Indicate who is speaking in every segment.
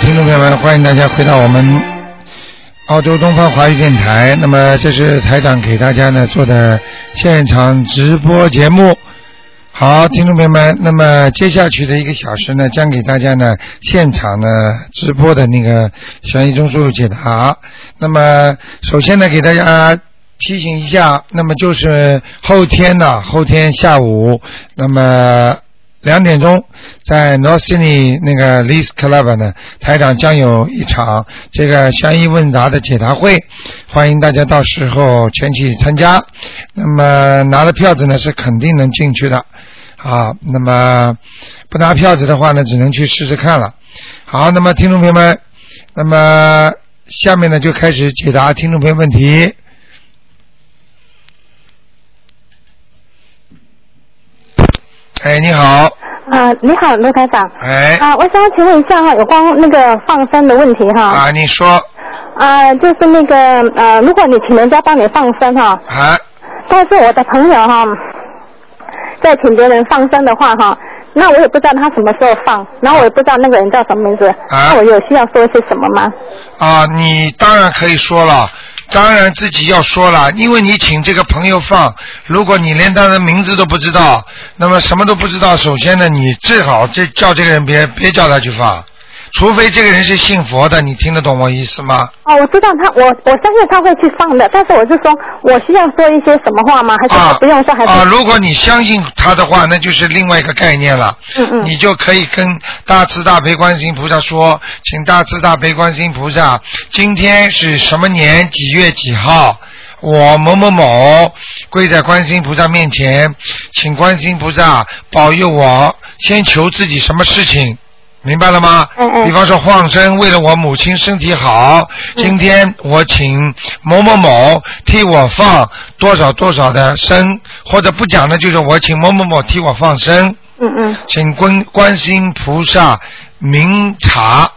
Speaker 1: 听众朋友们，欢迎大家回到我们澳洲东方华语电台。那么，这是台长给大家呢做的现场直播节目。好，听众朋友们，那么接下去的一个小时呢，将给大家呢现场呢直播的那个悬疑综述解答。那么，首先呢，给大家提醒一下，那么就是后天呢、后天下午，那么两点钟，在 North Sydney 那个 l e a s Club 呢，台长将有一场这个悬疑问答的解答会，欢迎大家到时候前去参加。那么拿了票子呢，是肯定能进去的啊。那么不拿票子的话呢，只能去试试看了。好，那么听众朋友们，那么下面呢就开始解答听众朋友问题。哎，你好，
Speaker 2: 啊，你好，卢台长。
Speaker 1: 哎，
Speaker 2: 啊，我想请问一下哈，有关那个放生的问题哈。
Speaker 1: 啊，你说
Speaker 2: 啊，就是那个呃，如果你请人家帮你放生哈，
Speaker 1: 啊，
Speaker 2: 但是我的朋友哈，在请别人放生的话哈，那我也不知道他什么时候放，然后我也不知道那个人叫什么名字，那我有需要说些什么吗？
Speaker 1: 啊，你当然可以说了，当然自己要说了，因为你请这个朋友放，如果你连他的名字都不知道，那么什么都不知道，首先呢，你最好这叫这个人别别叫他去放，除非这个人是信佛的，你听得懂我意思吗？
Speaker 2: 哦，我知道他，我我相信他会去放的，但是我是说，我需要说一些什么话吗？还是不用说？还是、
Speaker 1: 啊，如果你相信他的话，那就是另外一个概念了。
Speaker 2: 嗯嗯
Speaker 1: 你就可以跟大慈大悲观世音菩萨说，请大慈大悲观世音菩萨，今天是什么年几月几号？我某某某跪在观世音菩萨面前，请观世音菩萨保佑我，先求自己什么事情，明白了吗？
Speaker 2: 嗯嗯
Speaker 1: 比方说放生，为了我母亲身体好，今天我请某某某替我放多少多少的生，或者不讲的就是我请某某某替我放生，
Speaker 2: 嗯嗯，
Speaker 1: 请观观世音菩萨明察，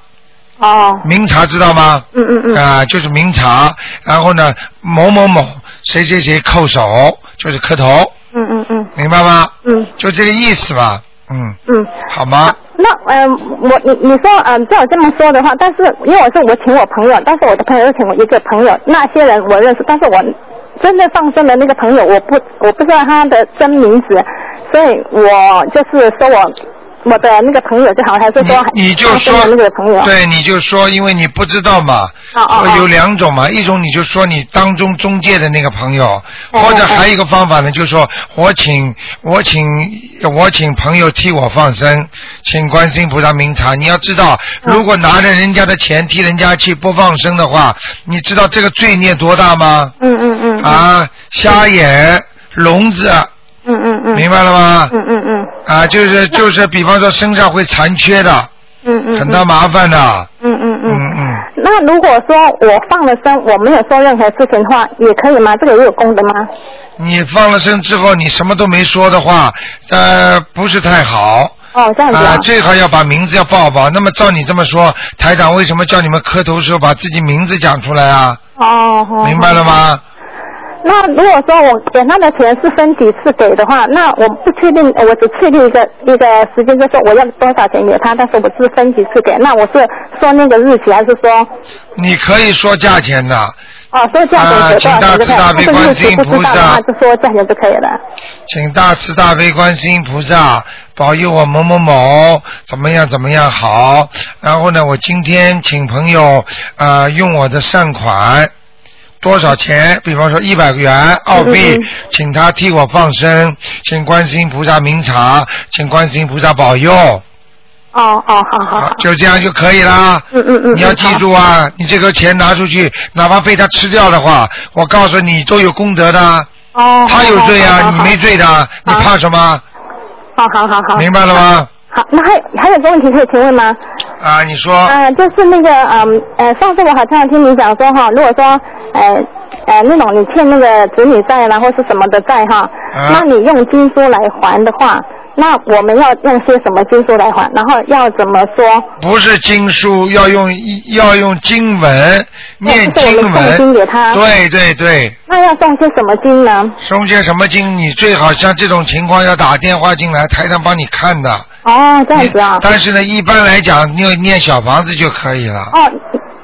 Speaker 2: 哦，
Speaker 1: 明察知道吗？
Speaker 2: 嗯嗯嗯，
Speaker 1: 啊、就是明察，然后呢，某某某谁谁谁叩首，就是磕头，
Speaker 2: 嗯嗯嗯
Speaker 1: 明白吗？
Speaker 2: 嗯
Speaker 1: 就这个意思吧，嗯，
Speaker 2: 嗯。
Speaker 1: 好吗？
Speaker 2: 那嗯、我你你说嗯，照我这么说的话，但是因为我是我请我朋友，但是我的朋友又请我一个朋友，那些人我认识，但是我真的放生的那个朋友，我不我不知道他的真名字，所以我就是说我我的那个朋友就好，还是说
Speaker 1: 你你就
Speaker 2: 放生
Speaker 1: 说
Speaker 2: 的那个朋友，
Speaker 1: 对，你就说，因为你不知道嘛，
Speaker 2: 哦哦
Speaker 1: 呃
Speaker 2: 哦
Speaker 1: 有两种嘛，一种你就说你当中中介的那个朋友，或者
Speaker 2: 哦哦
Speaker 1: 还有一个方法呢，就是说我请我请我请朋友替我放生，请观世音菩萨明察。你要知道，
Speaker 2: 嗯
Speaker 1: 如果拿着人家的钱替人家去不放生的话，你知道这个罪孽多大吗？
Speaker 2: 嗯嗯嗯
Speaker 1: 啊，瞎眼、聋子，
Speaker 2: 嗯嗯嗯
Speaker 1: 明白了吗？
Speaker 2: 嗯嗯嗯
Speaker 1: 啊，就是就是，比方说身上会残缺的，
Speaker 2: 嗯嗯，
Speaker 1: 很大麻烦的。
Speaker 2: 嗯嗯
Speaker 1: 嗯
Speaker 2: 嗯。
Speaker 1: 嗯，
Speaker 2: 那如果说我放了生，我没有做任何事情的话，也可以吗？这个也有功德吗？
Speaker 1: 你放了生之后，你什么都没说的话，呃，不是太好。
Speaker 2: 哦，这样子
Speaker 1: 啊、最好要把名字要报报。那么照你这么说，台长为什么叫你们磕头时候把自己名字讲出来啊？
Speaker 2: 哦，哦
Speaker 1: 明白了？吗？
Speaker 2: 那如果说我给他的钱是分几次给的话，那我不确定，我只确定一个一个时间，就是我要多少钱给他，但是我是分几次给。那我是说那个日期，还是说
Speaker 1: 你可以说价钱的，
Speaker 2: 哦，说价
Speaker 1: 啊
Speaker 2: 钱给
Speaker 1: 请大
Speaker 2: 多少钱就可以
Speaker 1: 慈大悲
Speaker 2: 了？那个日期不知道的话，
Speaker 1: 观世音菩
Speaker 2: 就说价钱就可以了。
Speaker 1: 请大慈大悲观世音菩萨保佑我某某某怎么样怎么样好。然后呢，我今天请朋友啊、呃用我的善款多少钱？比方说一百元澳币，
Speaker 2: 嗯嗯嗯
Speaker 1: 请他替我放生，请观世音菩萨明察，请观世音菩萨保佑，
Speaker 2: 哦哦，好好好
Speaker 1: 好，就这样就可以啦。
Speaker 2: 嗯嗯嗯，
Speaker 1: 你要记住啊，你这个钱拿出去，哪怕被他吃掉的话，我告诉你都有功德的，
Speaker 2: 好哦，
Speaker 1: 他有罪啊，你没
Speaker 2: 罪。
Speaker 1: 罪的，你
Speaker 2: 好
Speaker 1: 怕什么？
Speaker 2: 好好好好，
Speaker 1: 明白了吗？
Speaker 2: 好，那还有还有个问题可以请问吗？
Speaker 1: 啊，你说
Speaker 2: 呃，就是那个，嗯，呃，上次我好像听你讲说哈，如果说，呃，呃，那种你欠那个子女债啊啦，或是什么的债哈，
Speaker 1: 啊
Speaker 2: 那你用经书来还的话，那我们要用些什么经书来还？然后要怎么说？
Speaker 1: 不是经书，要用要用经文念
Speaker 2: 就是
Speaker 1: 经
Speaker 2: 哦我们诵经啊
Speaker 1: 文，
Speaker 2: 给他，
Speaker 1: 对对对，
Speaker 2: 那要诵些什么经呢？
Speaker 1: 诵些什么经？你最好像这种情况要打电话进来，台上帮你看的，
Speaker 2: 哦哦，这样子啊。
Speaker 1: 但是呢，一般来讲，你有念小房子就可以了。
Speaker 2: 哦，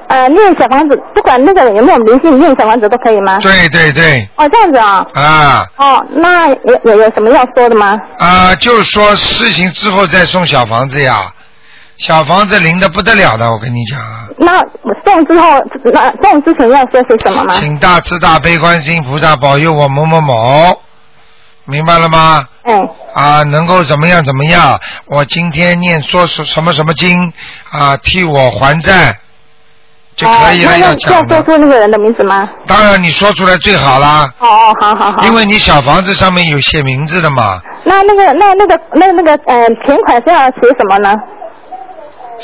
Speaker 2: 呃，念小房子，不管那个人有没有灵性，念小房子都可以吗？
Speaker 1: 对对对，
Speaker 2: 哦，这样子啊。
Speaker 1: 啊
Speaker 2: 哦，那有有有什么要说的吗？
Speaker 1: 啊，就是说事情之后再送小房子呀，小房子灵的不得了的，我跟你讲啊，
Speaker 2: 那送之后，那送之前要说些什么吗？
Speaker 1: 请大慈大悲观世音菩萨保佑我某某某，明白了吗？
Speaker 2: 哎，
Speaker 1: 啊，能够怎么样怎么样？我今天念说什什么什么经啊，替我还债就可以了。
Speaker 2: 哦、
Speaker 1: 要
Speaker 2: 那要
Speaker 1: 讲
Speaker 2: 说
Speaker 1: 的，
Speaker 2: 出那个人的名字吗？
Speaker 1: 当然你说出来最好啦，
Speaker 2: 哦哦，好好好。
Speaker 1: 因为你小房子上面有写名字的嘛。
Speaker 2: 那那个那那个那那个呃，钱款是要写什么呢？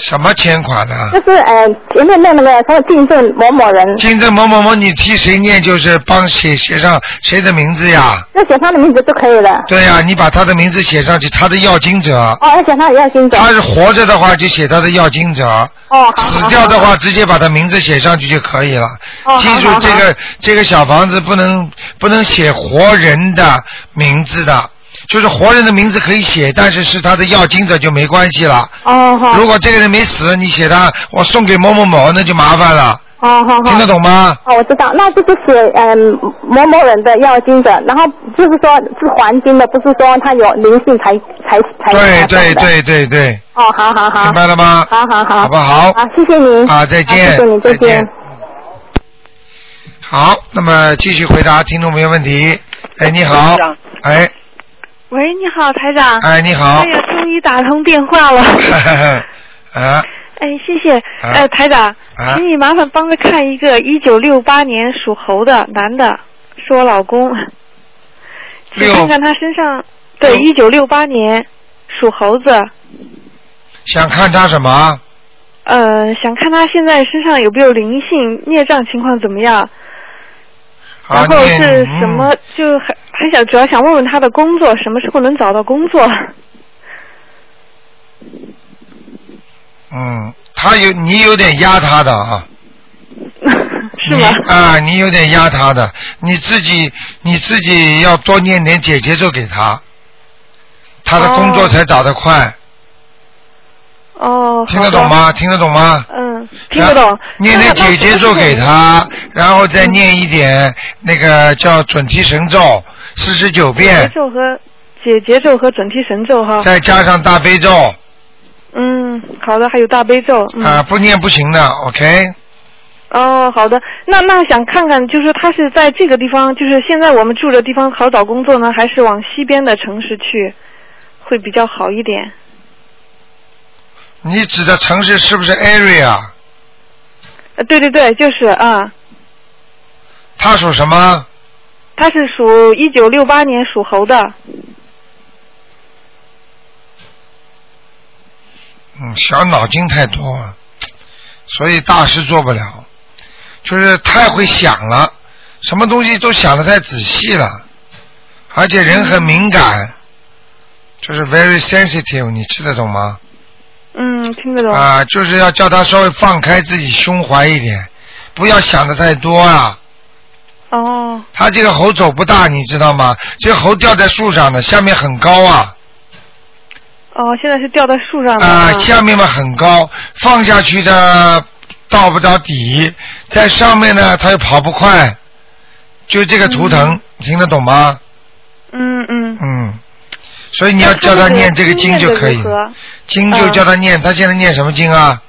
Speaker 1: 什么欠款啊呢、
Speaker 2: 就是呃，前面那那个他订正某某人，
Speaker 1: 金正某某某，你替谁念就是帮写写上谁的名字呀？
Speaker 2: 就写他的名字就可以了。
Speaker 1: 对呀、你把他的名字写上去，他的要经者，
Speaker 2: 哦，要写他也要金子。
Speaker 1: 他是活着的话就写他的要经者，
Speaker 2: 哦，好好
Speaker 1: 死
Speaker 2: 好。
Speaker 1: 掉的话直接把他名字写上去就可以了。
Speaker 2: 哦
Speaker 1: 记住
Speaker 2: 好好
Speaker 1: 这个这个小房子不能不能写活人的名字的，就是活人的名字可以写，但是是他的要经者就没关系了。
Speaker 2: 哦，好。
Speaker 1: 如果这个人没死，你写他我送给某某某，那就麻烦了，
Speaker 2: 哦，好好。
Speaker 1: 听得懂吗？
Speaker 2: 哦，我知道，那就是写嗯某某人的要金的，然后就是说是还金的，不是说他有灵性才才才
Speaker 1: 对对
Speaker 2: 才送的。
Speaker 1: 对对对，
Speaker 2: 哦，好好好
Speaker 1: 明，白了吗？
Speaker 2: 好好好，
Speaker 1: 好不好
Speaker 2: 好，谢谢您。
Speaker 1: 啊，再见，
Speaker 2: 好谢谢您，再见。。
Speaker 1: 好，那么继续回答听众朋友问题。哎，你好
Speaker 3: 台长，
Speaker 1: 哎，
Speaker 3: 喂，你好，台长。
Speaker 1: 哎，你好
Speaker 3: 哎，呀，终于打通电 话了。
Speaker 1: 啊，
Speaker 3: 哎，谢谢。呃，台长，
Speaker 1: 啊
Speaker 3: 请你麻烦帮着看一个一九六八年属猴的男的，是我老公，请
Speaker 1: 六
Speaker 3: 看看他身上。对，一九六八年属猴子，
Speaker 1: 想看他什么？啊
Speaker 3: 呃，想看他现在身上有没有灵性，孽障情况怎么样？
Speaker 1: 啊，
Speaker 3: 然后
Speaker 1: 你
Speaker 3: 是什么？？
Speaker 1: 嗯
Speaker 3: 就很很想，主要想问问他的工作，什么时候能找到工作？
Speaker 1: 嗯，嗯他有你有点压他的啊，
Speaker 3: 是
Speaker 1: 你
Speaker 3: 吗？
Speaker 1: 啊，你有点压他的，你自己你自己要多念点姐姐咒给他，他的工作
Speaker 3: 哦
Speaker 1: 才找得快，
Speaker 3: 哦，
Speaker 1: 听
Speaker 3: 好
Speaker 1: 得
Speaker 3: 的
Speaker 1: 懂？吗？听得懂吗？
Speaker 3: 嗯，听不懂。
Speaker 1: 念
Speaker 3: 那
Speaker 1: 念
Speaker 3: 他
Speaker 1: 姐姐咒给。他，然后再
Speaker 3: 嗯
Speaker 1: 念一点那个叫准提神咒四十九
Speaker 3: 姐
Speaker 1: 遍
Speaker 3: 姐，咒和解结咒和准提神咒哈。
Speaker 1: 再加上大悲咒啊、
Speaker 3: 嗯，好的，还有大悲咒。嗯。
Speaker 1: 不念不行的，OK？
Speaker 3: 哦，好的。那那想看看，就是他是在这个地方，就是现在我们住的地方好找工作呢，还是往西边的城市去，会比较好一点？
Speaker 1: 你指的城市是不是 area？
Speaker 3: 呃，对对对，就是啊、
Speaker 1: 它属什么？
Speaker 3: 他是属一九六八年属猴的。
Speaker 1: 嗯，小脑筋太多了，所以大事做不了，就是太会想了，什么东西都想得太仔细了，而且人很敏感，就是 very sensitive，你听得懂吗？
Speaker 3: 嗯，听得懂。
Speaker 1: 啊，就是要叫他稍微放开自己胸怀一点，不要想的太多啊。
Speaker 3: 哦，
Speaker 1: 他这个猴走不大，你知道吗？这猴掉在树上的，下面很高啊，
Speaker 3: 哦，现在是吊在树上的。
Speaker 1: 啊，
Speaker 3: 嗯
Speaker 1: 下面嘛很高，放下去的到不着底，在上面呢他又跑不快，就这个图腾，听得懂吗？
Speaker 3: 嗯嗯。
Speaker 1: 嗯，所以你要叫他念这个经就可以
Speaker 3: 哎那他这个经念得
Speaker 1: 经
Speaker 3: 如，嗯何
Speaker 1: 就叫他念，他现在念什么经啊？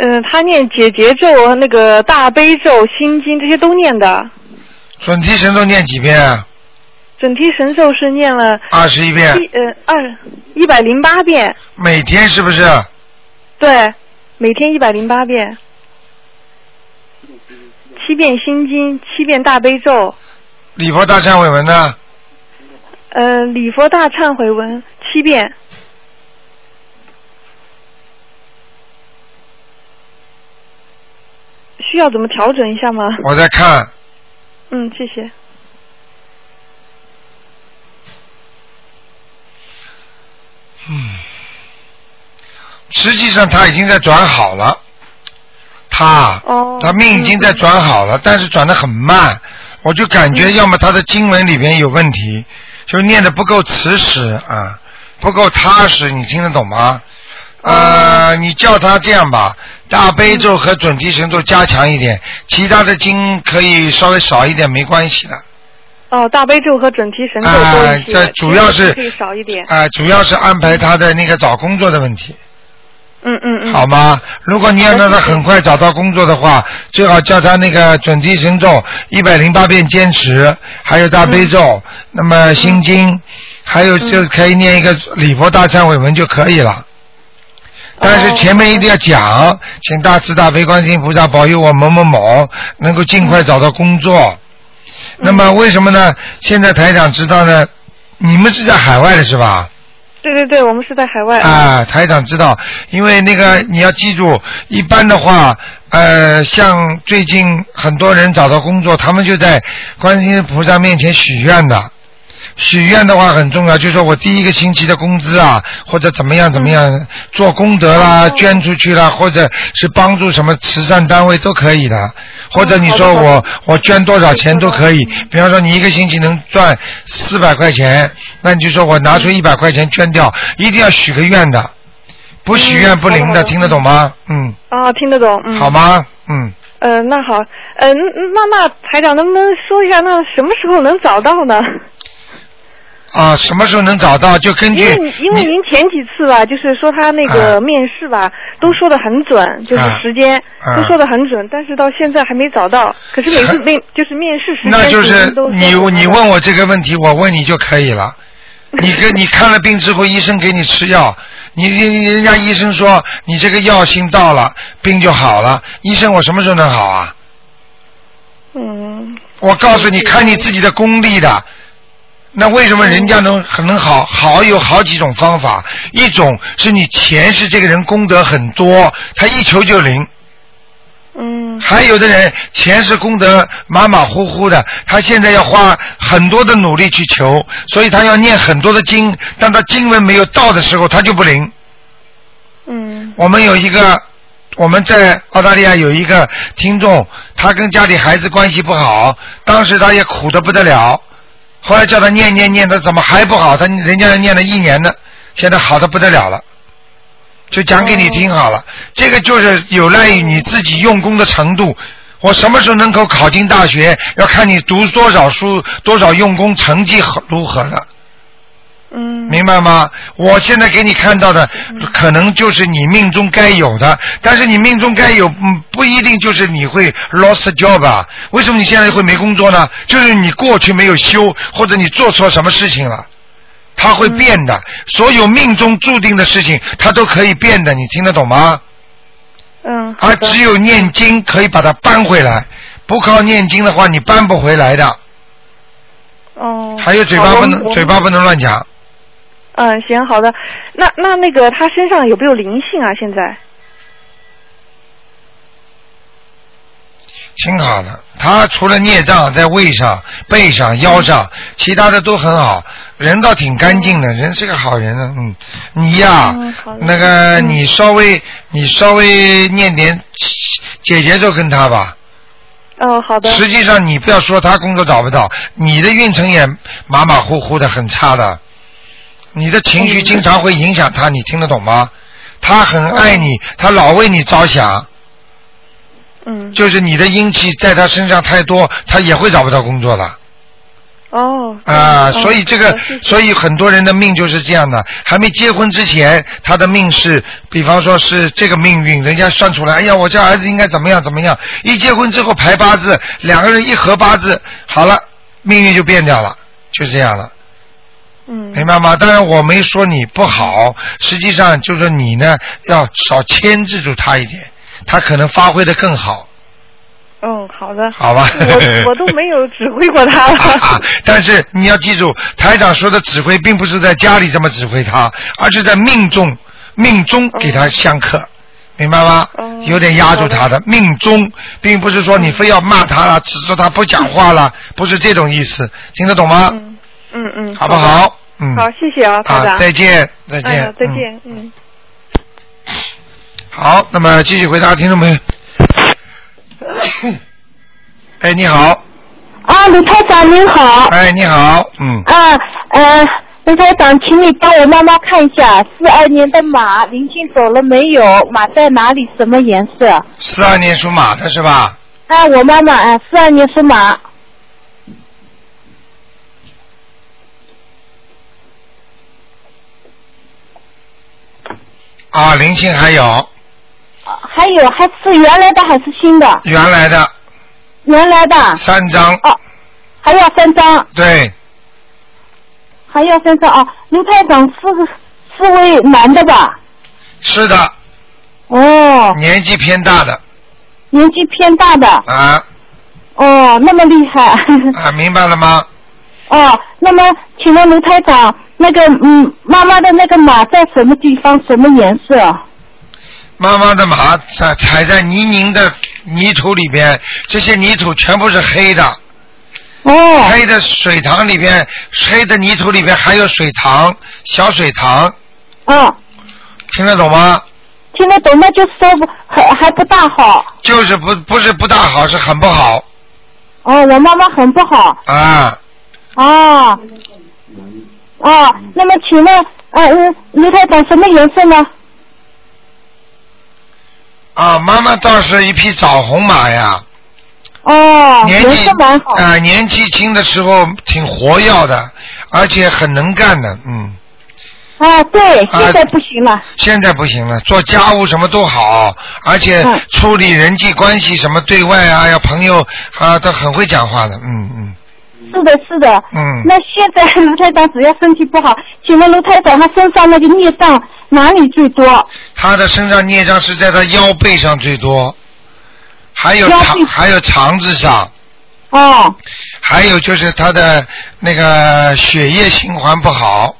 Speaker 3: 嗯，他念解结咒、那个大悲咒、心经这些都念的。
Speaker 1: 准提神咒念几遍啊？
Speaker 3: 准提神咒是念了
Speaker 1: 二十一
Speaker 3: 一
Speaker 1: 遍，
Speaker 3: 呃二一百零八遍，
Speaker 1: 每天是不是？
Speaker 3: 对，每天一百零八遍。七遍心经，七遍大悲咒，
Speaker 1: 礼佛大忏悔文呢？
Speaker 3: 呃，礼佛大忏悔文七遍。需要怎么调整一下吗？
Speaker 1: 我在看，
Speaker 3: 嗯，谢谢。
Speaker 1: 实际上他已经在转好了，他
Speaker 3: 哦
Speaker 1: 他命已经在转好了，但是转的很慢，我
Speaker 3: 嗯
Speaker 1: 就感觉要么他的经文里边有问题，就念的不够持实啊，不够踏实，你听得懂吗？
Speaker 3: 哦
Speaker 1: 呃，你叫他这样吧，大悲咒和准提神咒加强一点，其他的经可以稍微少一点，没关系的。
Speaker 3: 哦，大悲咒和准提神咒
Speaker 1: 啊、
Speaker 3: 都
Speaker 1: 这主要是
Speaker 3: 可以少一点。
Speaker 1: 啊、主要是安排他的那个找工作的问题，
Speaker 3: 嗯嗯嗯。
Speaker 1: 好吗？如果你要让他很快找到工作的话，最好叫他那个准提神咒一百零八遍坚持，还有大悲咒，
Speaker 3: 嗯
Speaker 1: 那么心经，还有就可以念一个礼佛大忏悔文就可以了。但是前面一定要
Speaker 3: 哦
Speaker 1: 讲，请大慈大悲观世音菩萨保佑我某某某能够尽快找到工作。
Speaker 3: 嗯
Speaker 1: 那么为什么呢？现在台长知道呢，你们是在海外的是吧？
Speaker 3: 对对对，我们是在海外。
Speaker 1: 啊，台长知道，因为那个你要记住，一般的话，呃，像最近很多人找到工作，他们就在观世音菩萨面前许愿的。许愿的话很重要，就说我第一个星期的工资啊，或者怎么样怎么样，做功德啦，捐出去啦，或者是帮助什么慈善单位都可以的，或者你说
Speaker 3: 好的嗯
Speaker 1: 我我捐多少钱都可以，比方说你一个星期能赚四百块钱，那你就说我拿
Speaker 3: 嗯
Speaker 1: 出一百块钱捐掉，一定要许个愿的，不许愿不灵
Speaker 3: 好的好的
Speaker 1: 听得懂吗？嗯，
Speaker 3: 啊，听得懂。嗯。
Speaker 1: 好吗？嗯，
Speaker 3: 呃，那好，呃，那那台长能不能说一下，那什么时候能找到呢？
Speaker 1: 啊，什么时候能找到就根
Speaker 3: 因
Speaker 1: 据
Speaker 3: 为因为
Speaker 1: 嗯你
Speaker 3: 您前几次吧，就是说他那个
Speaker 1: 啊
Speaker 3: 面试吧，都说的很准，就是
Speaker 1: 啊
Speaker 3: 时间、
Speaker 1: 啊
Speaker 3: 都说的很准，但是到现在还没找到。可是每次
Speaker 1: 很
Speaker 3: 面就是面试时间，
Speaker 1: 那就是
Speaker 3: 您都说
Speaker 1: 你
Speaker 3: 不好
Speaker 1: 你问我这个问题，我问你就可以了。你跟你看了病之后，医生给你吃药，你你人家医生说你这个药性到了，病就好了。医生，我什么时候能好啊？
Speaker 3: 嗯，
Speaker 1: 我告诉你，看你自己的功力的。那为什么人家能能好好有好几种方法？一种是你前世这个人功德很多，他一求就灵；
Speaker 3: 嗯
Speaker 1: 还有的人前世功德马马虎虎的，他现在要花很多的努力去求，所以他要念很多的经，当他经文没有到的时候，他就不灵。
Speaker 3: 嗯
Speaker 1: 我们有一个，我们在澳大利亚有一个听众，他跟家里孩子关系不好，当时他也苦得不得了，后来叫他念念念，他怎么还不好？他人家念了一年呢，现在好的不得了了。就讲给你听好了，这个就是有赖于你自己用功的程度。我什么时候能够考进大学，要看你读多少书、多少用功，成绩好如何了。
Speaker 3: 嗯，
Speaker 1: 明白吗？我现在给你看到的，可能就是你命中该有的，但是你命中该有，嗯，不一定就是你会 lost job 啊。为什么你现在会没工作呢？就是你过去没有修，或者你做错什么事情了，它会变的。
Speaker 3: 嗯
Speaker 1: 所有命中注定的事情，它都可以变的，你听得懂吗？
Speaker 3: 嗯，好
Speaker 1: 而
Speaker 3: 的
Speaker 1: 啊只有念经可以把它搬回来，不靠念经的话，你搬不回来的。
Speaker 3: 哦，
Speaker 1: 还有嘴巴
Speaker 3: 好
Speaker 1: 不
Speaker 3: 我
Speaker 1: 能，
Speaker 3: 们
Speaker 1: 嘴巴不能乱讲。
Speaker 3: 嗯，行，好的。那那那个他身上有没有灵性啊？现在？
Speaker 1: 挺好的。他除了孽障在胃上、背上、腰上，其他的都很好，人倒挺干净的，人是个好人啊。嗯，你呀、
Speaker 3: 嗯好的
Speaker 1: 那个
Speaker 3: 嗯
Speaker 1: 你稍微你稍微念点姐姐咒跟他吧。
Speaker 3: 哦，好的。
Speaker 1: 实际上你不要说他工作找不到，你的运程也马马虎虎的，很差的。你的情
Speaker 3: 嗯
Speaker 1: 绪经常会影响他，你听得懂吗？他很爱你，他老为你着想，
Speaker 3: 嗯。
Speaker 1: 就是你的阴气在他身上太多，他也会找不到工作的。
Speaker 3: 哦。
Speaker 1: 啊，
Speaker 3: 嗯
Speaker 1: 所以这个，所以很多人的命就是这样的。还没结婚之前，他的命是，比方说是这个命运，人家算出来，哎呀，我这儿子应该怎么样怎么样。一结婚之后排八字，两个人一合八字，好了，命运就变掉了，就这样了，
Speaker 3: 嗯。
Speaker 1: 明白吗？当然我没说你不好，实际上就是你呢要少牵制住他一点，他可能发挥的更好，
Speaker 3: 嗯，好的。
Speaker 1: 好吧？
Speaker 3: 我我都没有指挥过他
Speaker 1: 啊
Speaker 3: 了。
Speaker 1: 但是你要记住，台长说的指挥，并不是在家里这么指挥他，而是在命中命中给他相克，明白吗？
Speaker 3: 嗯
Speaker 1: 有点压住他的命中，并不是说你非要骂他了，指责他不讲话了，不是这种意思，听得懂吗？
Speaker 3: 嗯嗯嗯。
Speaker 1: 好不？好？嗯，
Speaker 3: 好，谢谢啊，台
Speaker 1: 啊，
Speaker 3: 长。
Speaker 1: 再见，再
Speaker 3: 哎
Speaker 1: 见，
Speaker 3: 呀，再
Speaker 1: 嗯
Speaker 3: 见。嗯。
Speaker 1: 好，那么继续回答听众朋友。哎，你好，
Speaker 4: 啊，李台长您好。
Speaker 1: 哎，你好，嗯，
Speaker 4: 啊，呃，陈台长，请你帮我妈妈看一下，四二年的马灵性走了没有？马在哪里？什么颜色？
Speaker 1: 四二年属马的是吧？
Speaker 4: 啊，我妈妈啊，四二年属马，
Speaker 1: 啊，灵性还有
Speaker 4: 啊还有还是原来的还是新的？
Speaker 1: 原来的
Speaker 4: 原来的，
Speaker 1: 三张，
Speaker 4: 哦，还要三张，
Speaker 1: 对，
Speaker 4: 还要三张哦。卢台长是是位男的吧？
Speaker 1: 是的，
Speaker 4: 哦，
Speaker 1: 年纪偏大的
Speaker 4: 年纪偏大的，
Speaker 1: 啊
Speaker 4: 哦，那么厉害。
Speaker 1: 啊，明白了吗？
Speaker 4: 哦，那么请问卢台长，那个嗯，妈妈的那个马在什么地方，什么颜色？
Speaker 1: 妈妈的马踩踩在泥泞的泥土里边，这些泥土全部是黑的，
Speaker 4: 哦
Speaker 1: 黑的水塘里边，黑的泥土里边还有水塘，小水塘，
Speaker 4: 哦，
Speaker 1: 听得懂吗？
Speaker 4: 听得懂，那就说不还还不大好。
Speaker 1: 就是不不是不大好，是很不好
Speaker 4: 哦，我妈妈很不好。
Speaker 1: 啊。
Speaker 4: 哦，哦，那么请问，呃嗯，卢台长什么颜色呢？
Speaker 1: 啊，妈妈倒是一匹枣红马呀，
Speaker 4: 哦，
Speaker 1: 年
Speaker 4: 颜
Speaker 1: 纪
Speaker 4: 色蛮好。
Speaker 1: 啊、年纪轻的时候挺活跃的，而且很能干的，嗯，
Speaker 4: 啊，对，
Speaker 1: 啊
Speaker 4: 现在不行了。
Speaker 1: 现在不行了，做家务什么都好，而且
Speaker 4: 嗯
Speaker 1: 处理人际关系什么对外啊，要朋友啊，都很会讲话的，嗯嗯
Speaker 4: 是的，是的。
Speaker 1: 嗯，
Speaker 4: 那现在卢台长只要身体不好， 请问卢台长他身上那个孽障哪里最多？
Speaker 1: 他的身上孽障是在他腰背上最多，还有
Speaker 4: 腰
Speaker 1: 肠
Speaker 4: 背
Speaker 1: 还有肠子上，
Speaker 4: 哦
Speaker 1: 还有就是他的那个血液循环不好，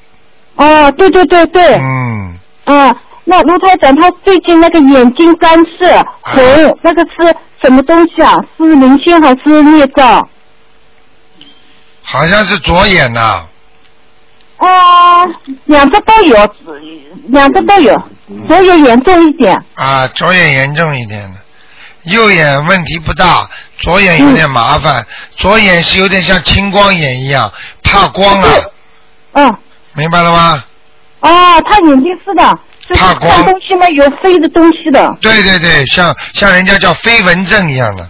Speaker 4: 哦，对对对对，
Speaker 1: 嗯，
Speaker 4: 嗯，那卢台长他最近那个眼睛干涩
Speaker 1: 嗯
Speaker 4: 红，那个是什么东西啊？是灵性还是孽障？
Speaker 1: 好像是左眼呐、
Speaker 4: 啊，两个都有，两个都有，
Speaker 1: 嗯
Speaker 4: 左眼严重一点。
Speaker 1: 啊，左眼严重一点的，右眼问题不大，左眼有点麻烦，左眼是有点像青光眼一样，怕光啊，
Speaker 4: 嗯，
Speaker 1: 明白了吗？
Speaker 4: 哦，他眼睛是的，就是
Speaker 1: 怕光
Speaker 4: 看东西呢有飞的东西的。
Speaker 1: 对对对，像像人家叫飞蚊症一样的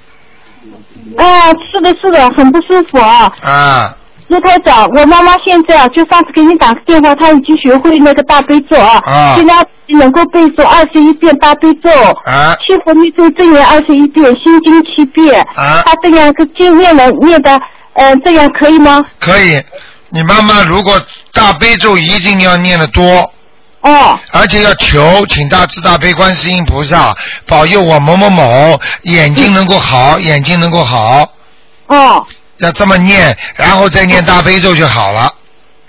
Speaker 4: 啊，是的，是的，很不舒服啊。
Speaker 1: 啊，
Speaker 4: 卢台长，我妈妈现在啊，就上次给你打个电话，她已经学会那个大悲咒啊，
Speaker 1: 啊
Speaker 4: 现在能够背诵二十一遍大悲咒，
Speaker 1: 啊
Speaker 4: 七佛灭罪真言二十一遍，心经七遍，
Speaker 1: 啊
Speaker 4: 她这样个经念了念的，呃，这样可以吗？
Speaker 1: 可以。你妈妈如果大悲咒一定要念得多，
Speaker 4: 哦，
Speaker 1: 而且要求请大慈大悲观世音菩萨保佑我某某某眼睛能够好，眼睛能够好，
Speaker 4: 哦，
Speaker 1: 要这么念，然后再念大悲咒就好了。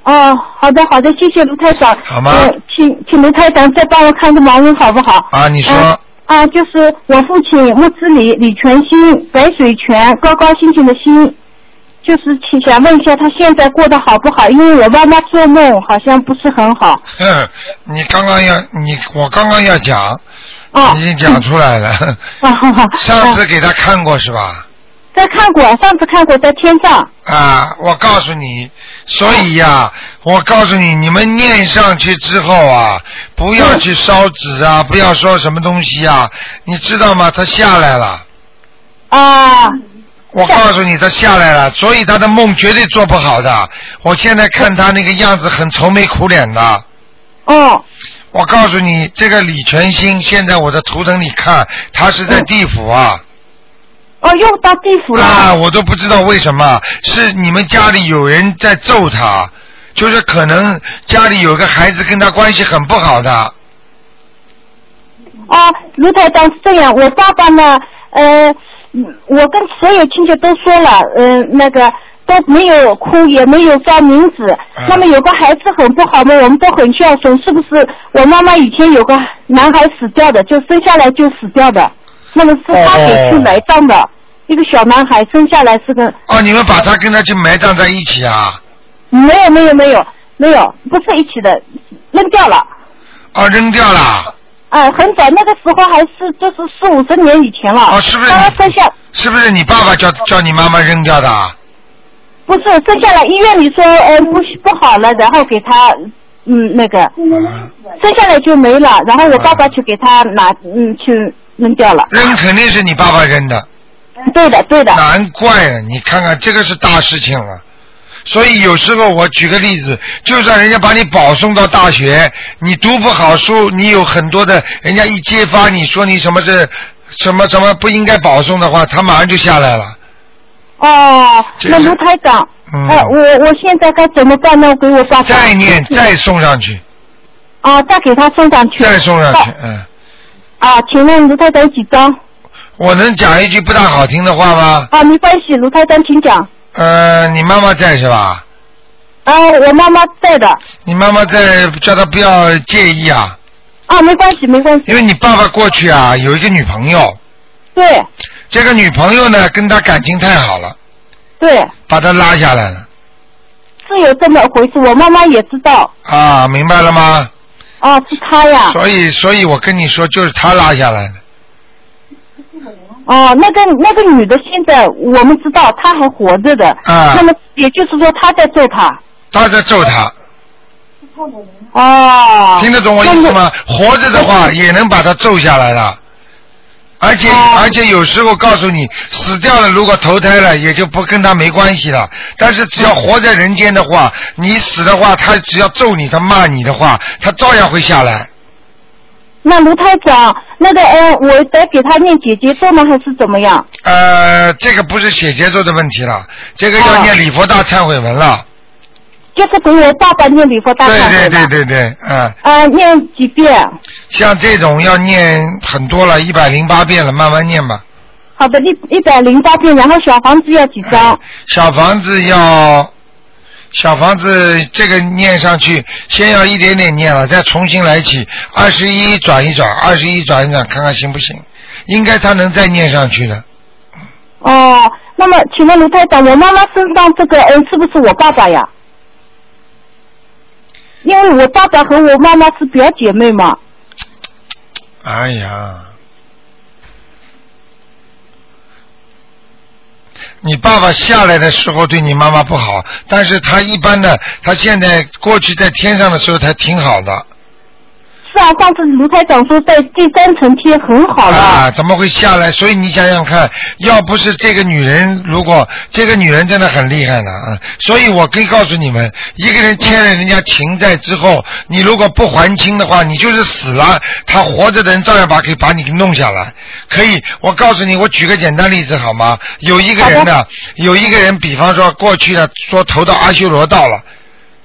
Speaker 4: 哦，好的，好的，谢谢卢台长。
Speaker 1: 好吗
Speaker 4: 呃请请卢台长再帮我看个盲人好不好？
Speaker 1: 啊，你说。
Speaker 4: 嗯啊，就是我父亲木之礼李全兴，白水泉高高兴兴的兴，就是请想问一下他现在过得好不好？因为我妈妈做梦好像不是很好。
Speaker 1: 哼，你刚刚要你我刚刚要讲，
Speaker 4: 哦，
Speaker 1: 已经讲出来了。
Speaker 4: 啊，哈哈
Speaker 1: 嗯上次
Speaker 4: 啊
Speaker 1: 给他看过是吧？
Speaker 4: 在看过，上次看过在天上。
Speaker 1: 啊，我告诉你，所以呀、我告诉你，你们念上去之后啊，不要去烧纸啊，不要说什么东西啊，你知道吗？他下来了，
Speaker 4: 啊
Speaker 1: 我告诉你，他下来了，所以他的梦绝对做不好的。我现在看他那个样子，很愁眉苦脸的。
Speaker 4: 哦
Speaker 1: 我告诉你，这个李全兴，现在我的图腾里看，他是在地府啊。
Speaker 4: 哦，又到地府了。
Speaker 1: 啊，我都不知道为什么，是你们家里有人在揍他，就是可能家里有个孩子跟他关系很不好的。
Speaker 4: 啊，卢台长是这样，我爸爸呢，呃，我跟所有亲戚都说了，嗯、那个都没有哭，也没有报名字。
Speaker 1: 啊
Speaker 4: 那么有个孩子很不好嘛，我们都很孝顺，是不是？我妈妈以前有个男孩死掉的，就生下来就死掉的，那么是他给去埋葬的，一个小男孩生下来是个
Speaker 1: 哦，你们把他跟他就埋葬在一起啊？
Speaker 4: 没有没有没有没有，不是一起的，扔掉了。
Speaker 1: 哦，扔掉了，
Speaker 4: 哎，很早那个时候还是就是四五十年以前了。
Speaker 1: 哦是不是
Speaker 4: 刚
Speaker 1: 你
Speaker 4: 刚生下，
Speaker 1: 是不是你爸爸叫叫你妈妈扔掉的啊？
Speaker 4: 不是生下来医院里说呃不不好了，然后给他嗯那个
Speaker 1: 啊，
Speaker 4: 生下来就没了，然后我爸爸去给他拿嗯去扔掉了。
Speaker 1: 扔肯定是你爸爸扔的，
Speaker 4: 对的对的，
Speaker 1: 难怪了，你看看这个是大事情了。所以有时候我举个例子，就算人家把你保送到大学，你读不好书，你有很多的，人家一揭发你说你什么是什么什么不应该保送的话，他马上就下来了。
Speaker 4: 哦，
Speaker 1: 这
Speaker 4: 那
Speaker 1: 是
Speaker 4: 卢台长，
Speaker 1: 嗯
Speaker 4: 呃，我我现在该怎么办呢？给我爸爸
Speaker 1: 再念，再送上去，
Speaker 4: 啊，再给他送上去，
Speaker 1: 再送上去
Speaker 4: 哦，
Speaker 1: 嗯。
Speaker 4: 啊，请问卢台长几张？
Speaker 1: 我能讲一句不大好听的话吗？
Speaker 4: 啊，没关系，卢台长请讲。
Speaker 1: 呃，你妈妈在是吧？
Speaker 4: 啊，我妈妈在的。
Speaker 1: 你妈妈在，叫她不要介意啊，
Speaker 4: 啊，没关系，没关系。
Speaker 1: 因为你爸爸过去啊有一个女朋友，
Speaker 4: 对
Speaker 1: 这个女朋友呢跟他感情太好了，
Speaker 4: 对，
Speaker 1: 把他拉下来了
Speaker 4: 是有这么回事，我妈妈也知道。
Speaker 1: 啊，明白了吗？
Speaker 4: 啊，是他呀。
Speaker 1: 所以，所以我跟你说，就是他拉下来的。
Speaker 4: 哦，那个那个女的现在我们知道她还活着的。
Speaker 1: 啊
Speaker 4: 那么也就是说她在揍他。
Speaker 1: 他在揍他，
Speaker 4: 哦。
Speaker 1: 听得懂我意思吗？活着的话也能把他揍下来的，而且、
Speaker 4: 哦
Speaker 1: 而且有时候告诉你，死掉了如果投胎了，也就不跟他没关系了。但是只要活在人间的话，你死的话，他只要揍你，他骂你的话，他照样会下来。
Speaker 4: 那？那卢台长，那个呃，我得给她念姐姐咒吗？还是怎么样？
Speaker 1: 呃，这个不是写节奏的问题了，这个要
Speaker 4: 哦
Speaker 1: 念礼佛大忏悔文了。
Speaker 4: 就是给我爸爸念礼佛大忏悔吧
Speaker 1: 对对对。对对，嗯，
Speaker 4: 呃，念几遍？
Speaker 1: 像这种要念很多了，一百零八遍了，慢慢念吧。
Speaker 4: 好的，一一百零八遍，然后小房子要几张？
Speaker 1: 小房子要，小房子这个念上去，先要一点点念了，再重新来起，二十一转一转，二十一转一转，看看行不行？应该他能再念上去的。哎
Speaker 4: 哦，那么请问卢台长，我妈妈身上这个嗯，是不是我爸爸呀？因为我爸爸和我妈妈是表姐妹嘛。
Speaker 1: 哎呀，你爸爸下来的时候对你妈妈不好，但是他一般呢，他现在过去在天上的时候他挺好的
Speaker 4: 是啊，上次卢台长说在第三层贴很好了。
Speaker 1: 啊，怎么会下来？所以你想想看，要不是这个女人，如果这个女人真的很厉害呢啊，所以我可以告诉你们，一个人欠了人家情债之后，你如果不还清的话，你就是死了，他活着的人照样把给把你给弄下来。可以，我告诉你，我举个简单例子好吗？有一个人呢，有一个人，比方说过去呢，说投到阿修罗道了。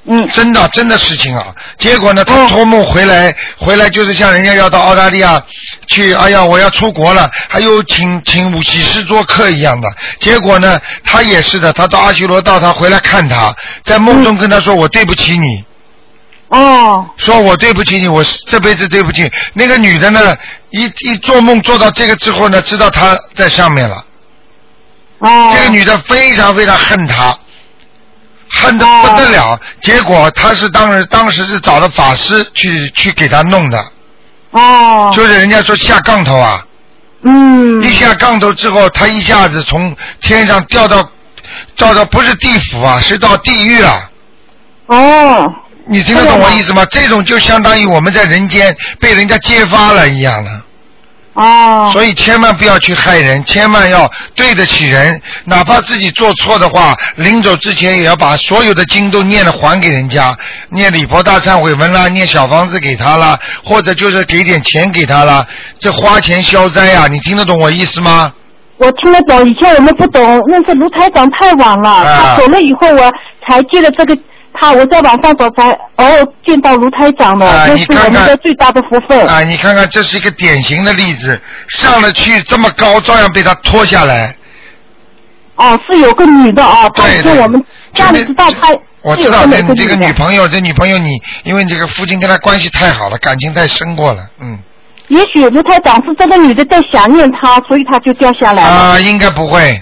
Speaker 4: 嗯，
Speaker 1: 真的真的事情啊。结果呢，他托梦回来，回来就是像人家要到澳大利亚去，哎呀，我要出国了，还有请请几十桌客一样的。结果呢，他也是的，他到阿修罗道，他回来看他，在梦中跟他说，我对不起你。
Speaker 4: 哦，
Speaker 1: 说我对不起你，我这辈子对不起。那个女的呢，一一做梦做到这个之后呢，知道他在上面了。
Speaker 4: 哦。
Speaker 1: 这个女的非常非常恨他，恨得不得
Speaker 4: 哦
Speaker 1: 了。结果她是当时当时是找了法师去去给他弄的，
Speaker 4: 哦。
Speaker 1: 就是人家说下杠头啊，
Speaker 4: 嗯。
Speaker 1: 一下杠头之后，她一下子从天上掉到掉到不是地府啊，是到地狱啊。
Speaker 4: 哦。
Speaker 1: 你听得懂我意思吗？这种就相当于我们在人间被人家揭发了一样的。
Speaker 4: 哦。
Speaker 1: 所以千万不要去害人，千万要对得起人，哪怕自己做错的话，临走之前也要把所有的经都念了还给人家，念礼佛大忏悔文啦，念小房子给他啦，或者就是给点钱给他啦，这花钱消灾啊，你听得懂我意思吗？
Speaker 4: 我听得懂，以前我们不懂，认识卢台长太晚了，
Speaker 1: 啊
Speaker 4: 他走了以后我才记得这个他，我在网上找才哦见到卢台长了，
Speaker 1: 啊
Speaker 4: 这
Speaker 1: 你
Speaker 4: 是
Speaker 1: 看看
Speaker 4: 我们的最大的福分。
Speaker 1: 啊，你看看这是一个典型的例子，上了去这么高，照样被他拖下来。
Speaker 4: 哦，是有个女的啊，她
Speaker 1: 对
Speaker 4: 以
Speaker 1: 对
Speaker 4: 前我们家里知道她
Speaker 1: 我
Speaker 4: 是
Speaker 1: 知
Speaker 4: 有
Speaker 1: 道，
Speaker 4: 这么
Speaker 1: 这
Speaker 4: 一
Speaker 1: 你这
Speaker 4: 个
Speaker 1: 个
Speaker 4: 女
Speaker 1: 女
Speaker 4: 的，
Speaker 1: 朋友，这女朋友你，因为你这个父亲跟她关系太好了，感情太深过了，嗯。
Speaker 4: 也许卢台长是这个女的在想念他，所以他就掉下来了。
Speaker 1: 啊、应该不会。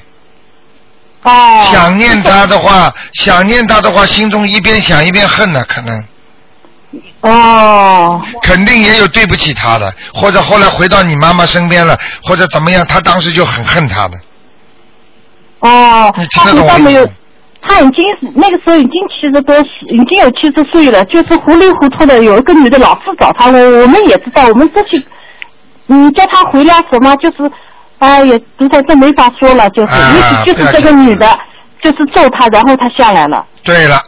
Speaker 4: 哦，
Speaker 1: 啊想念他的话， 想念他的话，心中一边想一边恨呢，可能
Speaker 4: 哦，
Speaker 1: 肯定也有对不起他的，或者后来回到你妈妈身边了，或者怎么样，他当时就很恨他的。
Speaker 4: 哦，
Speaker 1: 你听
Speaker 4: 他
Speaker 1: 得懂
Speaker 4: 回
Speaker 1: 我
Speaker 4: 到
Speaker 1: 意
Speaker 4: 没
Speaker 1: 思
Speaker 4: 有
Speaker 1: 吗？
Speaker 4: 他已经那个时候已经七十多岁，已经有七十岁了，就是糊里糊涂的。有一个女的老是找他，我我们也知道，我们这些，嗯，叫他回来什么，就是，哎呀，实在这没法说了，就是，
Speaker 1: 啊
Speaker 4: 也许就是这个女的，就是揍他，然后他下来了。
Speaker 1: 对了，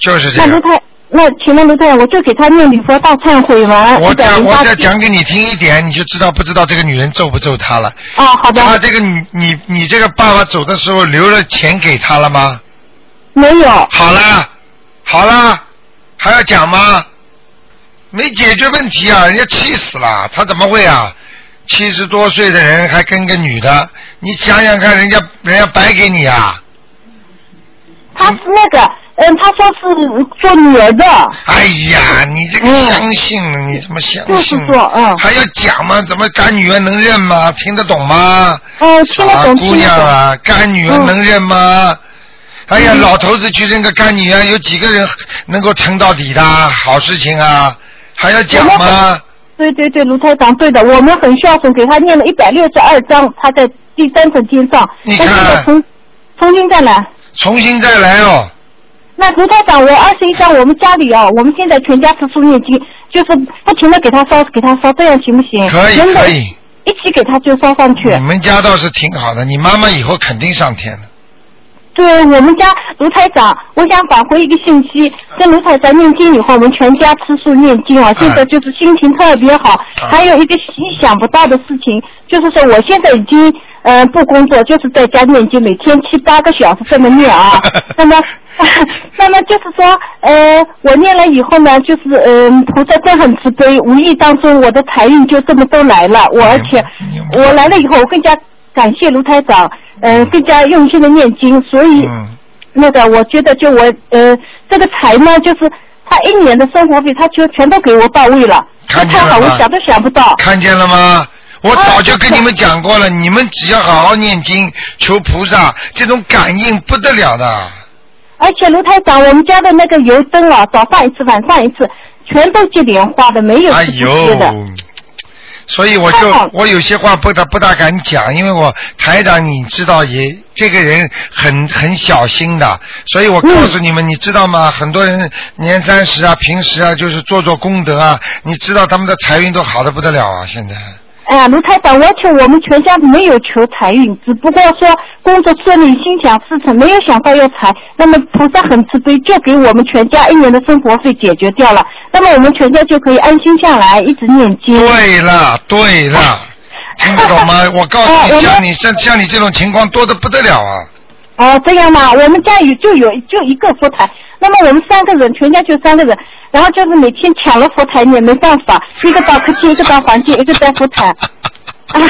Speaker 1: 就是这
Speaker 4: 那卢
Speaker 1: 样。
Speaker 4: 太，那请问卢太，我就给他念礼佛大忏悔文，
Speaker 1: 我
Speaker 4: 一百
Speaker 1: 再
Speaker 4: 零
Speaker 1: 我
Speaker 4: 八
Speaker 1: 再
Speaker 4: 遍。
Speaker 1: 讲给你听一点，你就知道不知道这个女人揍不揍他了。
Speaker 4: 哦，好的，
Speaker 1: 他这个你你你这个爸爸走的时候留了钱给他了吗？
Speaker 4: 没有，
Speaker 1: 好啦，好啦，还要讲吗？没解决问题啊，人家气死了，他怎么会啊？七十多岁的人还跟个女的，你想想看，人家人家白给你啊！
Speaker 4: 他是那个，嗯，他说是做女儿的，
Speaker 1: 哎呀，你这个相信了，你怎么相
Speaker 4: 就
Speaker 1: 信
Speaker 4: 是？说，嗯，
Speaker 1: 还要讲吗？怎么干女儿能认吗？听得懂吗？
Speaker 4: 嗯，听得
Speaker 1: 傻
Speaker 4: 懂，
Speaker 1: 姑
Speaker 4: 听
Speaker 1: 娘
Speaker 4: 得
Speaker 1: 啊，干女
Speaker 4: 嗯
Speaker 1: 儿能认吗？哎呀，老头子去认个干女啊儿，有几个人能够撑到底的？好事情啊，还要讲
Speaker 4: 我
Speaker 1: 吗？
Speaker 4: 懂。对对对，卢台长，对的，我们很孝顺，给他念了一百六十二章，他在第三层天上。
Speaker 1: 你
Speaker 4: 但是
Speaker 1: 看
Speaker 4: 我重重新再来。
Speaker 1: 重新再来哦。
Speaker 4: 那卢台长，我二十一章，我们家里哦，我们现在全家吃素念经，就是不停的给他烧，给他烧，这样行不行？
Speaker 1: 可以
Speaker 4: 能不能
Speaker 1: 可以，
Speaker 4: 一起给他就烧嗯上去。
Speaker 1: 你们家倒是挺好的，你妈妈以后肯定上天的。。
Speaker 4: 对我们家卢台长，我想返回一个信息，跟卢台长念经以后，我们全家吃素念经啊，现在就是心情特别好。还有一个意想不到的事情，就是说我现在已经呃不工作，就是在家念经，每天七八个小时这么念啊那么。 那么就是说，呃，我念了以后呢，就是嗯、菩萨真很慈悲，无意当中我的财运就这么都来了，我而且
Speaker 1: 明白
Speaker 4: 我来了以后，我更加感谢卢台长，嗯、更加用心的念经，所以
Speaker 1: 嗯，
Speaker 4: 那个，我觉得就我呃，这个财呢，就是他一年的生活费，他全全都给我到位了，
Speaker 1: 看
Speaker 4: 那
Speaker 1: 见了
Speaker 4: 太好，
Speaker 1: 吗
Speaker 4: 我想都想不到。
Speaker 1: 看见了吗？我
Speaker 4: 啊
Speaker 1: 早就跟
Speaker 4: 是
Speaker 1: 你们讲过了，你们只要好好念经，求菩萨，这种感应不得了的。
Speaker 4: 而且卢台长，我们家的那个油灯啊，早上一次，晚上一次，全都接莲花的，没有
Speaker 1: 哎
Speaker 4: 是不接的。
Speaker 1: 呦，所以我
Speaker 4: 太好
Speaker 1: 就
Speaker 4: 了
Speaker 1: 我有些话不大不大敢讲，因为我台长你知道也这个人很很小心的，所以我告诉你们，你知道
Speaker 4: 嗯
Speaker 1: 吗？很多人年三十啊，平时啊，就是做做功德啊，你知道他们的财运都好的不得了啊，现在。
Speaker 4: 哎呀，卢台长，我求我们全家没有求财运，只不过说工作顺利，心想事成，没有想到要财。那么菩萨很慈悲，就给我们全家一年的生活费解决掉了。那么我们全家就可以安心下来，一直念经。
Speaker 1: 对了，对了，听得 懂吗？我告
Speaker 4: 啊哎
Speaker 1: 诉你，
Speaker 4: 我们
Speaker 1: 像你像像你这种情况多的不得了 啊。
Speaker 4: 哦，这样嘛，我们家有就有就一个佛台，那么我们三个人，全家就三个人，然后就是每天抢了佛台，你也没办法，一个到客厅，一个到房间，一个在佛台。啊，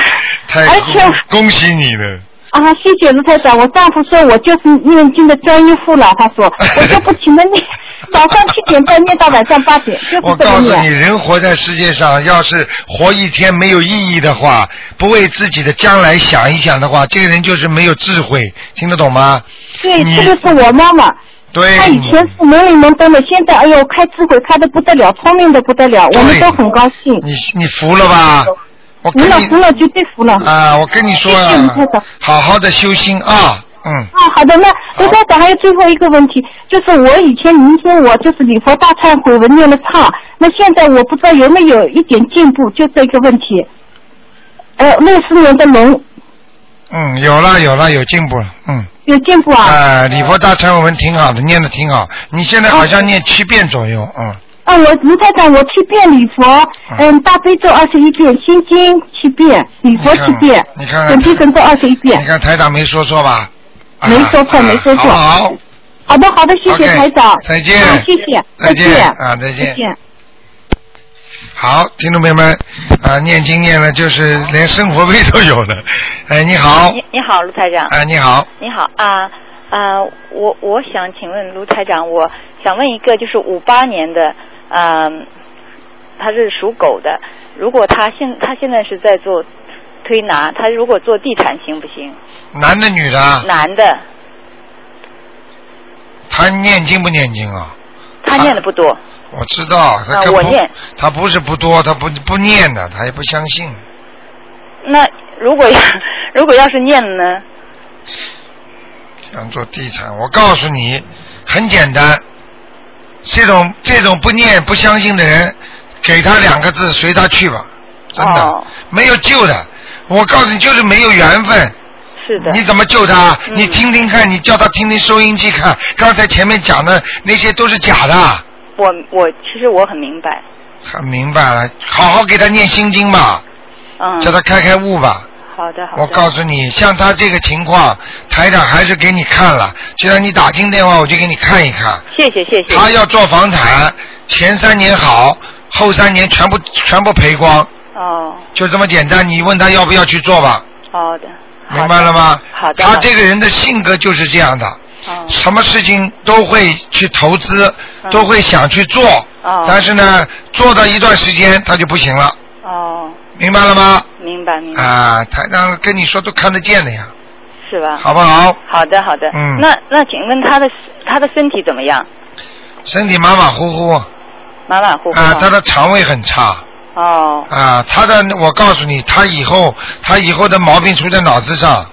Speaker 1: 太
Speaker 4: 而且
Speaker 1: 恭喜你了。
Speaker 4: 啊，谢谢卢台长，我丈夫说我就是念经的专业户了，他 说我就不停的念，早上七点半念到晚上八点，就是
Speaker 1: 我
Speaker 4: 这
Speaker 1: 告
Speaker 4: 么
Speaker 1: 诉你，
Speaker 4: 念。
Speaker 1: 人活在世界上，要是活一天没有意义的话，不为自己的将来想一想的话，这个人就是没有智慧，听得懂吗？
Speaker 4: 对，
Speaker 1: 你
Speaker 4: 这个是我妈妈，
Speaker 1: 对，
Speaker 4: 她以前是懵里懵懂的，现在哎呦开智慧开的不得了，聪明的不得了，我们
Speaker 1: 对
Speaker 4: 都很高兴，
Speaker 1: 你你服了吧？我
Speaker 4: 服
Speaker 1: 跟
Speaker 4: 了服
Speaker 1: 你
Speaker 4: 了，绝对服了。
Speaker 1: 啊，我跟你说
Speaker 4: 谢谢你
Speaker 1: 啊
Speaker 4: 太太，
Speaker 1: 好好的修心啊，嗯，
Speaker 4: 啊，好的，那卢台长还有最后一个问题，就是我以前您说我就是礼佛大忏悔文念的差，那现在我不知道有没有一点进步，就这个问题。呃，六四年的龙
Speaker 1: 嗯，有了有了，有进步了，嗯，
Speaker 4: 有进步
Speaker 1: 啊、
Speaker 4: 啊？
Speaker 1: 礼佛大忏悔文挺好的，念的挺好，你现在
Speaker 4: 哦
Speaker 1: 好像念七遍左右，嗯，
Speaker 4: 啊，我卢台长，我七遍礼佛，嗯，大悲咒二十一遍，心经七遍，礼佛七遍，
Speaker 1: 你看看
Speaker 4: 准提神咒二十一
Speaker 1: 你
Speaker 4: 遍。
Speaker 1: 看台长没说错吧？啊
Speaker 4: 没说错
Speaker 1: 啊
Speaker 4: 没说错
Speaker 1: 好不好。
Speaker 4: 好的，好的，谢谢
Speaker 1: OK，
Speaker 4: 台长。
Speaker 1: 再见
Speaker 4: 啊谢谢，
Speaker 1: 再见
Speaker 4: 见，
Speaker 1: 啊再见
Speaker 4: 再见。
Speaker 1: 好，听众朋友们，啊，念经念了就是连生活费都有 了。哎，你好，
Speaker 5: 你你好，卢台长。
Speaker 1: 哎，你好，
Speaker 5: 你好啊啊、我我想请问卢台长，我想问一个，就是五八年的，嗯、他是属狗的，如果他现他现在是在做推拿，他如果做地产行不行？
Speaker 1: 男的女的啊？
Speaker 5: 男的，
Speaker 1: 他念经不念经啊？
Speaker 5: 他念的不多，
Speaker 1: 我知道，他
Speaker 5: 啊
Speaker 1: 根
Speaker 5: 我
Speaker 1: 本
Speaker 5: 念
Speaker 1: 他不是不多，他不不念的，他也不相信。
Speaker 5: 那如果要如果要是念呢？
Speaker 1: 想做地产，我告诉你，很简单。这种这种不念不相信的人，给他两个字，随他去吧，真的、
Speaker 5: 哦
Speaker 1: 没有救的。我告诉你，就是没有缘分。
Speaker 5: 是的，嗯
Speaker 1: 你怎么救他？你听听看，你叫他听听收音机看，刚才前面讲的那些都是假的。
Speaker 5: 我我其实我很明白，
Speaker 1: 他明白了，好好给他念心经吧，
Speaker 5: 嗯，
Speaker 1: 叫他开开悟吧。
Speaker 5: 好的好的，
Speaker 1: 我告诉你，像他这个情况，台长还是给你看了。既然你打进电话，我就给你看一看。
Speaker 5: 谢谢谢谢，
Speaker 1: 他要做房产，前三年好，后三年全部全部赔光，
Speaker 5: 哦
Speaker 1: 就这么简单。你问他要不要去做吧，
Speaker 5: 好的，好的
Speaker 1: 明白了吗？
Speaker 5: 好的，
Speaker 1: 他这个人的性格就是这样的，
Speaker 5: 哦
Speaker 1: 什么事情都会去投资，都会想去做，
Speaker 5: 嗯哦
Speaker 1: 但是呢，做到一段时间他就不行了，
Speaker 5: 哦，
Speaker 1: 明白了吗？
Speaker 5: 明白明白，
Speaker 1: 啊，台长跟你说都看得见的呀，
Speaker 5: 是吧？
Speaker 1: 好不好？
Speaker 5: 好的好的，
Speaker 1: 嗯
Speaker 5: 那那请问他的他的身体怎么样？
Speaker 1: 身体马马虎虎啊，
Speaker 5: 马马虎虎吗
Speaker 1: 他的肠胃很差
Speaker 5: 哦
Speaker 1: 啊，他的我告诉你，他以后他以后的毛病出在脑子上，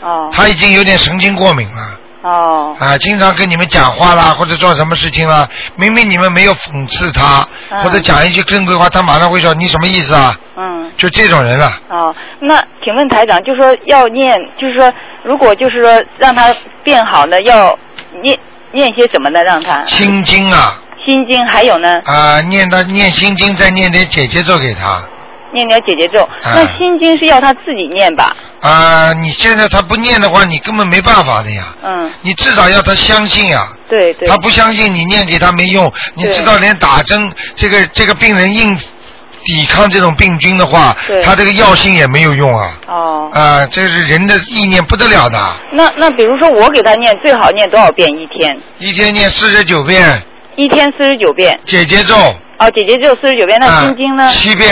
Speaker 5: 哦
Speaker 1: 他已经有点神经过敏了
Speaker 5: 哦
Speaker 1: 啊，经常跟你们讲话啦，或者做什么事情啦，明明你们没有讽刺他，
Speaker 5: 嗯
Speaker 1: 或者讲一句更规话，他马上会说你什么意思啊？
Speaker 5: 嗯。
Speaker 1: 就这种人了，
Speaker 5: 哦，那请问台长，就说要念，就是说，如果就是说让他变好了，要念念些什么呢？让他
Speaker 1: 心经啊
Speaker 5: 心经，还有呢，
Speaker 1: 啊，念他念心经，再念点姐姐咒给他
Speaker 5: 念点姐姐咒。那心经是要他自己念吧？
Speaker 1: 啊，你现在他不念的话，你根本没办法的呀，
Speaker 5: 嗯，
Speaker 1: 你至少要他相信啊。
Speaker 5: 对对
Speaker 1: 他。不相信你念给他没用，你
Speaker 5: 对
Speaker 1: 知道连打针这个这个病人硬抵抗这种病菌的话
Speaker 5: 对，
Speaker 1: 他这个药性也没有用啊
Speaker 5: 哦，
Speaker 1: 啊！这是人的意念不得了的，
Speaker 5: 那那比如说我给他念，最好念多少遍一天？
Speaker 1: 一天念四十九遍
Speaker 5: 一天四十九遍。
Speaker 1: 解结咒，
Speaker 5: 哦，姐姐咒四十九遍，那
Speaker 1: 啊
Speaker 5: 心经呢？
Speaker 1: 七遍，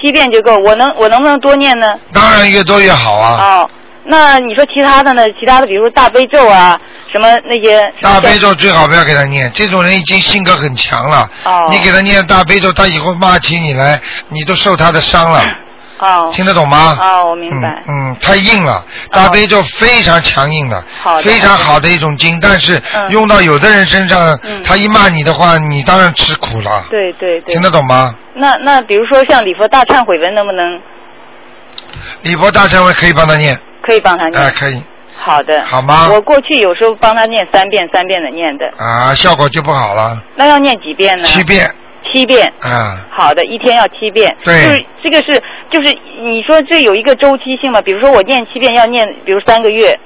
Speaker 5: 七遍就够。我能我能不能多念呢？
Speaker 1: 当然越多越好啊！
Speaker 5: 哦，那你说其他的呢？其他的，比如说大悲咒啊，什么那些。什
Speaker 1: 大
Speaker 5: 么
Speaker 1: 悲咒最好不要给他念，这种人已经性格很强了，
Speaker 5: 哦
Speaker 1: 你给他念大悲咒，他以后骂起你来，你都受他的伤了，
Speaker 5: 哦
Speaker 1: 听得懂吗？
Speaker 5: 哦，我明白。哦
Speaker 1: 嗯。嗯，太硬了，大悲咒非常强硬的，
Speaker 5: 好的
Speaker 1: 非常好的一种经，但是
Speaker 5: 嗯
Speaker 1: 用到有的人身上，
Speaker 5: 嗯
Speaker 1: 他一骂你的话，你当然吃苦了。
Speaker 5: 对对对
Speaker 1: 听。得懂吗？
Speaker 5: 那那比如说像礼佛大忏悔文，能不能
Speaker 1: 李博大忏悔可以帮他念，
Speaker 5: 可以帮他
Speaker 1: 哎、
Speaker 5: 念？
Speaker 1: 可以
Speaker 5: 好的。
Speaker 1: 好吗
Speaker 5: 我过去有时候帮他念三遍三遍的念的，
Speaker 1: 啊，效果就不好了，
Speaker 5: 那要念几遍呢？
Speaker 1: 七。遍
Speaker 5: 七遍。
Speaker 1: 啊，
Speaker 5: 好的，一天要七遍。
Speaker 1: 对
Speaker 5: 就是这个是，就是你说这有一个周期性嘛？比如说我念七遍，要念，比如三个月，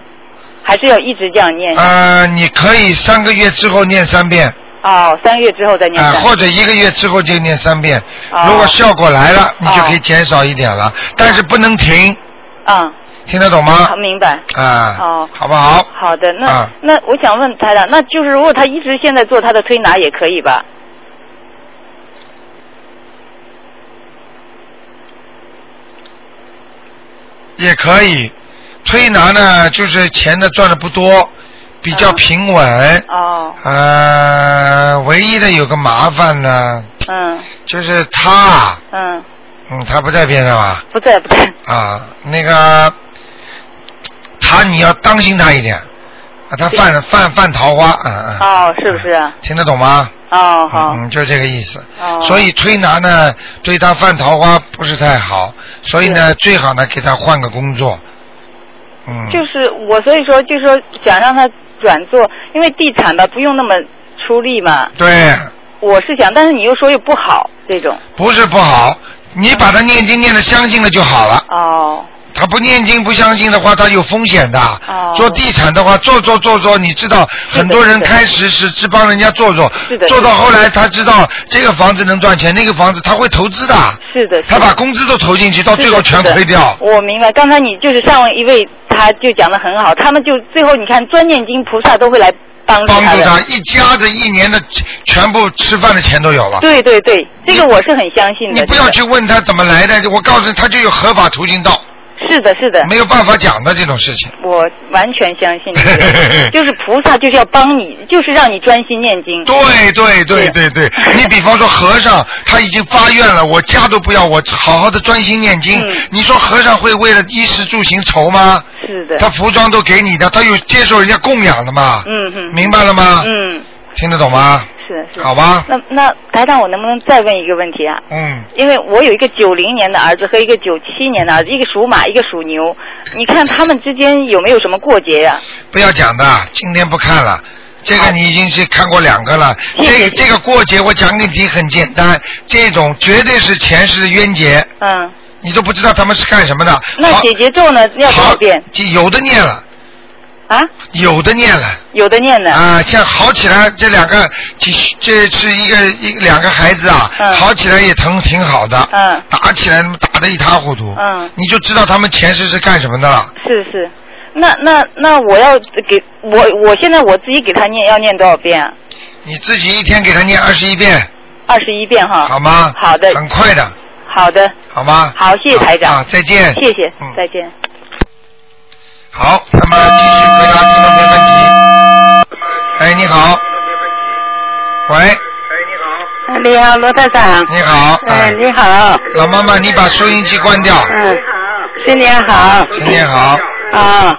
Speaker 5: 还是要一直这样念？
Speaker 1: 呃，你可以三个月之后念三遍，
Speaker 5: 哦，三个月之后再念
Speaker 1: 啊、
Speaker 5: 三。
Speaker 1: 或者一个月之后就念三遍。
Speaker 5: 哦
Speaker 1: 如果效果来了，你就可以
Speaker 5: 哦
Speaker 1: 减少一点了，但是不能停，
Speaker 5: 啊，
Speaker 1: 听得懂吗
Speaker 5: 好，？明白。
Speaker 1: 啊，
Speaker 5: 哦
Speaker 1: 好不好？
Speaker 5: 好的，那、
Speaker 1: 啊
Speaker 5: 那我想问台长，那就是如果他一直现在做他的推拿也可以吧？
Speaker 1: 也可以。推拿呢，就是钱呢赚的不多，比较平稳。
Speaker 5: 哦，
Speaker 1: 呃，唯一的有个麻烦呢，
Speaker 5: 嗯
Speaker 1: 就是他，
Speaker 5: 嗯，
Speaker 1: 嗯，他不在边上啊，
Speaker 5: 不在不在，
Speaker 1: 啊，那个他你要当心他一点，啊，他犯犯犯桃花，嗯嗯。
Speaker 5: 哦，是不是啊？
Speaker 1: 听得懂吗？
Speaker 5: 哦，好，
Speaker 1: 嗯，就这个意思。
Speaker 5: 哦，
Speaker 1: 所以推拿呢，对他犯桃花不是太好，所以呢，最好呢给他换个工作。嗯。
Speaker 5: 就是我所以说就是说想让他转做，因为地产吧不用那么出力嘛，
Speaker 1: 对，
Speaker 5: 我是想，但是你又说又不好这种，
Speaker 1: 不是不好，你把他念经念的相信了就好了。
Speaker 5: 哦
Speaker 1: 他不念经不相信的话，他有风险的。
Speaker 5: 哦
Speaker 1: 做地产的话，做做做做，你知道，很多人
Speaker 5: 是的
Speaker 1: 开始是只帮人家做做
Speaker 5: 是的，
Speaker 1: 做到
Speaker 5: 是的
Speaker 1: 后来他知道这个房子能赚钱，那个房子他会投资的，
Speaker 5: 是的，是
Speaker 1: 他
Speaker 5: 的。
Speaker 1: 把工资都投进去，到最后全
Speaker 5: 是的
Speaker 1: 亏掉。
Speaker 5: 我明白，刚才你就是上一位，他就讲的很好，他们就最后你看专念经菩萨都会来帮助
Speaker 1: 帮
Speaker 5: 他
Speaker 1: 助
Speaker 5: 的。
Speaker 1: 他一家子一年的全部吃饭的钱都有了。
Speaker 5: 对对对，这个我是很相信的。
Speaker 1: 啊你不要
Speaker 5: 这
Speaker 1: 去问他怎么来的，我告诉你，他就有合法途径到，
Speaker 5: 个。是的，是的，
Speaker 1: 没有办法讲的这种事情。
Speaker 5: 我完全相信这 个。就是菩萨就是要帮你，就是让你专心念 经。
Speaker 1: 对对对对对，你比方说和尚，他已经发愿了，我家都不要，我好好的专心念经。
Speaker 5: 嗯
Speaker 1: 你说和尚会为了衣食住行愁吗？
Speaker 5: 是的，
Speaker 1: 他服装都给你的，他有接受人家供养的嘛，
Speaker 5: 嗯嗯，
Speaker 1: 明白了吗？
Speaker 5: 嗯，
Speaker 1: 听得懂吗？
Speaker 5: 是是。
Speaker 1: 好吧，
Speaker 5: 那那台长，我能不能再问一个问题啊？
Speaker 1: 嗯，
Speaker 5: 因为我有一个九零年的儿子和一个九七年的儿子，一个属马，一个属牛，你看他们之间有没有什么过节呀、
Speaker 1: 不要讲的，今天不看了。这个你已经是看过两个了，这个这个过节我讲给你听很简单，这种绝对是前世的冤结，
Speaker 5: 嗯，
Speaker 1: 你都不知道他们是干什么的。
Speaker 5: 那
Speaker 1: 好
Speaker 5: 解节咒呢要多
Speaker 1: 好
Speaker 5: 少遍
Speaker 1: 就有的念了，
Speaker 5: 啊？
Speaker 1: 有的念了。
Speaker 5: 有的念呢。
Speaker 1: 啊，像好起来这两个，其实这是一个一两个孩子啊，
Speaker 5: 嗯
Speaker 1: 好起来也疼挺好的，
Speaker 5: 嗯
Speaker 1: 打起来他们打得一塌糊涂，
Speaker 5: 嗯，
Speaker 1: 你就知道他们前世是干什么的了。
Speaker 5: 是是。那那那我要给我我现在我自己给他念要念多少遍、啊？
Speaker 1: 你自己一天给他念二十一遍，
Speaker 5: 二十一遍哈。
Speaker 1: 好嗯吗？
Speaker 5: 好的
Speaker 1: 很快的，
Speaker 5: 好的，
Speaker 1: 好吗？
Speaker 5: 好，谢谢台长。
Speaker 1: 啊，再见。
Speaker 5: 谢谢，
Speaker 1: 嗯，
Speaker 5: 再见。
Speaker 1: 好，那么继续回答听众朋友问题。哎，你好。喂，
Speaker 6: 哎你好，罗台长。
Speaker 1: 你好。
Speaker 6: 哎，你好，
Speaker 1: 老妈妈，你把收音机关掉。
Speaker 6: 嗯，新年好。
Speaker 1: 新年好。
Speaker 6: 啊、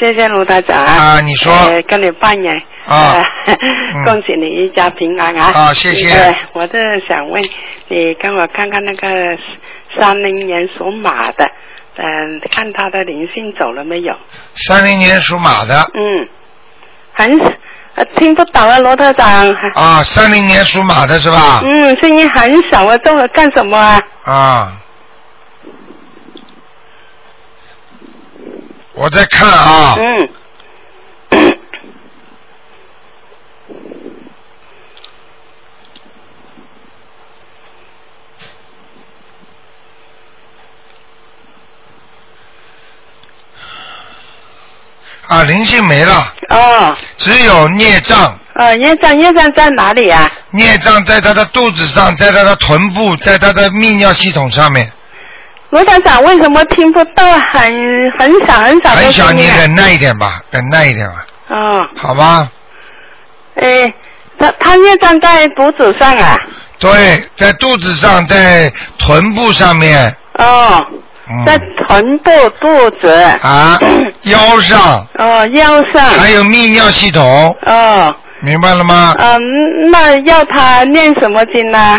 Speaker 6: 谢谢罗台长。
Speaker 1: 啊你说
Speaker 6: 呃跟你拜年。
Speaker 1: 啊
Speaker 6: 呃
Speaker 1: 嗯
Speaker 6: 恭喜你一家平安啊。
Speaker 1: 啊谢谢
Speaker 6: 呃我是想问你，跟我看看那个三零年属马的，嗯、看他的灵性走了没有？
Speaker 1: 三零年属马的
Speaker 6: 嗯，很呃听不懂啊，罗台长。
Speaker 1: 啊，三零年属马的是吧？
Speaker 6: 嗯，声音很小啊，这会干什么啊？
Speaker 1: 啊。我在看啊，
Speaker 6: 嗯。
Speaker 1: 啊，灵性没了，
Speaker 6: 哦，
Speaker 1: 只有孽障，
Speaker 6: 呃，业障业障在哪里啊呀、
Speaker 1: 孽障在他的肚子上，在他的臀部，在他的泌尿系统上面。
Speaker 6: 罗台长为什么听不到很很小很小
Speaker 1: 很
Speaker 6: 的
Speaker 1: 小，
Speaker 6: 声
Speaker 1: 你
Speaker 6: 音、啊？
Speaker 1: 忍耐一点吧，忍耐一点吧，
Speaker 6: 哦，
Speaker 1: 好吗？
Speaker 6: 哎，他他业障在脖子上啊。
Speaker 1: 对，在肚子上，在臀部上面，
Speaker 6: 哦，
Speaker 1: 嗯，
Speaker 6: 在臀部、肚子。
Speaker 1: 啊，哎腰上，
Speaker 6: 哦，腰
Speaker 1: 还
Speaker 6: 上。
Speaker 1: 有泌尿系统，
Speaker 6: 哦，
Speaker 1: 明白了吗？
Speaker 6: 嗯，那要他念什么啊经呢、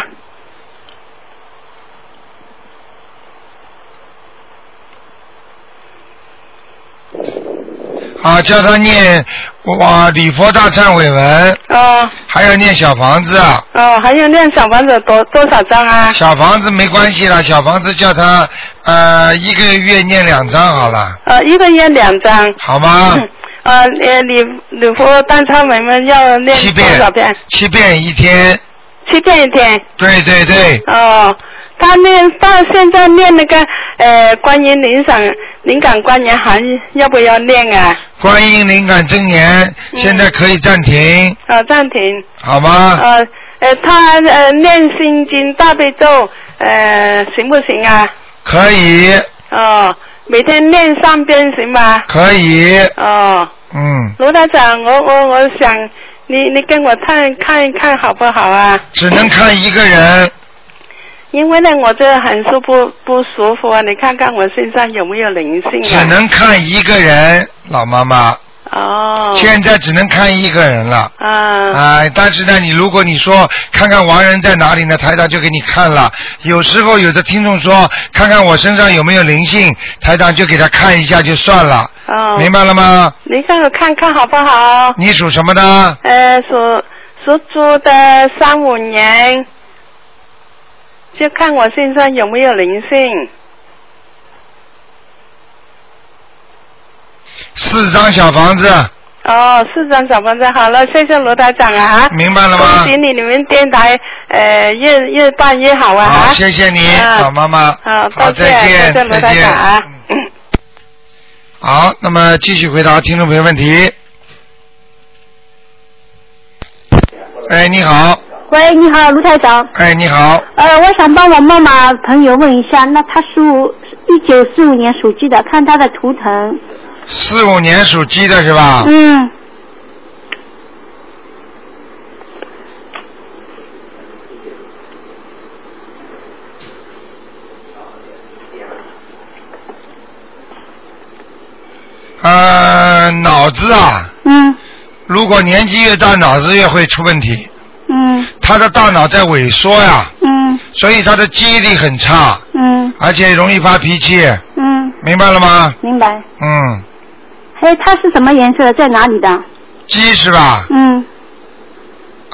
Speaker 1: 啊，叫他念哇礼佛大忏悔文，
Speaker 6: 哦
Speaker 1: 还要念小房子啊。
Speaker 6: 哦，还要念小房子多多少张啊？
Speaker 1: 小房子没关系了，小房子叫他呃一个月念两张好了，
Speaker 6: 呃，一个月两张。
Speaker 1: 好吗？
Speaker 6: 嗯呃，呃，你你佛单超文们要念
Speaker 1: 七
Speaker 6: 多少遍
Speaker 1: 遍？，七遍一天。
Speaker 6: 七遍一天。
Speaker 1: 对对对，
Speaker 6: 哦，他念到现在念那个呃，关于灵感灵感关联函要不要念啊？
Speaker 1: 观音灵感真言
Speaker 6: 嗯
Speaker 1: 现在可以暂停，
Speaker 6: 呃，暂停。
Speaker 1: 好吗？
Speaker 6: 呃呃，他呃念心经大悲咒呃行不行啊？
Speaker 1: 可以，
Speaker 6: 哦，每天念三遍行吗？
Speaker 1: 可以，
Speaker 6: 哦，
Speaker 1: 嗯，
Speaker 6: 卢台长，我我我想你你跟我看看一看好不好啊？
Speaker 1: 只能看一个人，
Speaker 6: 因为呢，我这很舒服不舒服啊，你看看我身上有没有灵性啊？
Speaker 1: 只能看一个人，老妈妈，
Speaker 6: 哦。
Speaker 1: 现在只能看一个人了。
Speaker 6: 啊
Speaker 1: 啊、但是呢，你如果你说看看亡人在哪里呢，台长就给你看了。有时候有的听众说，看看我身上有没有灵性，台长就给他看一下就算了，
Speaker 6: 哦，
Speaker 1: 明白了吗？
Speaker 6: 你给我看看好不好？
Speaker 1: 你属什么的？
Speaker 6: 呃，属属猪的三五年，就看我身上有没有灵性。
Speaker 1: 四张小房子，
Speaker 6: 哦，四张小房子，好了，谢谢罗台长啊！
Speaker 1: 明白了
Speaker 6: 恭
Speaker 1: 吗
Speaker 6: 喜？你，你们电台呃越越办越好啊！
Speaker 1: 好，谢谢你，
Speaker 6: 啊
Speaker 1: 老妈妈。
Speaker 6: 好，
Speaker 1: 好，
Speaker 6: 多谢，
Speaker 1: 再见，
Speaker 6: 多谢罗
Speaker 1: 再
Speaker 6: 台
Speaker 1: 见
Speaker 6: 长。啊！嗯
Speaker 1: 好，那么继续回答听众朋友问题。哎，你好，
Speaker 2: 喂，你好，卢台长。
Speaker 1: 哎，你好，
Speaker 2: 呃，我想帮我妈妈朋友问一下，那她属一九四五年属鸡的，看她的图腾。
Speaker 1: 四五年属鸡的是吧？
Speaker 2: 嗯，
Speaker 1: 呃脑子啊，
Speaker 4: 嗯
Speaker 1: 如果年纪越大，脑子越会出问题。
Speaker 4: 嗯
Speaker 1: 他的大脑在萎缩呀，
Speaker 4: 嗯
Speaker 1: 所以他的记忆力很差，
Speaker 4: 嗯
Speaker 1: 而且容易发脾气，
Speaker 4: 嗯，
Speaker 1: 明白了吗？
Speaker 4: 明白。
Speaker 1: 嗯，
Speaker 4: 还有哎它是什么颜色的？在哪里的？
Speaker 1: 鸡是吧？
Speaker 4: 嗯，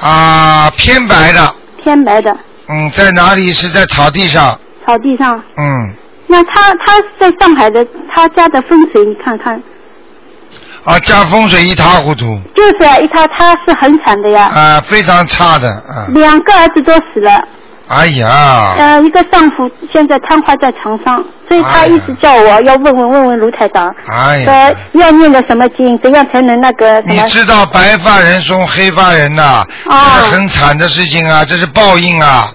Speaker 1: 啊，偏白的，
Speaker 4: 偏白的，
Speaker 1: 嗯，在哪里？是在草地上，
Speaker 4: 草地上。
Speaker 1: 嗯，
Speaker 4: 那他他在上海的他家的风水，你看看，
Speaker 1: 啊，家风水一塌糊涂，
Speaker 4: 就是啊，一他他是很惨的呀，
Speaker 1: 啊，非常差的，啊，
Speaker 4: 两个儿子都死了，
Speaker 1: 哎呀，
Speaker 4: 呃，一个丈夫现在瘫痪在床上，所以
Speaker 1: 哎呀
Speaker 4: 他一直叫我要问问问问卢台长，
Speaker 1: 哎呀
Speaker 4: 说。要念个什么经，怎样才能那个什
Speaker 1: 你
Speaker 4: 么？
Speaker 1: 知道白发人送黑发人呐、
Speaker 4: 啊
Speaker 1: 这是很惨的事情啊，这是报应啊！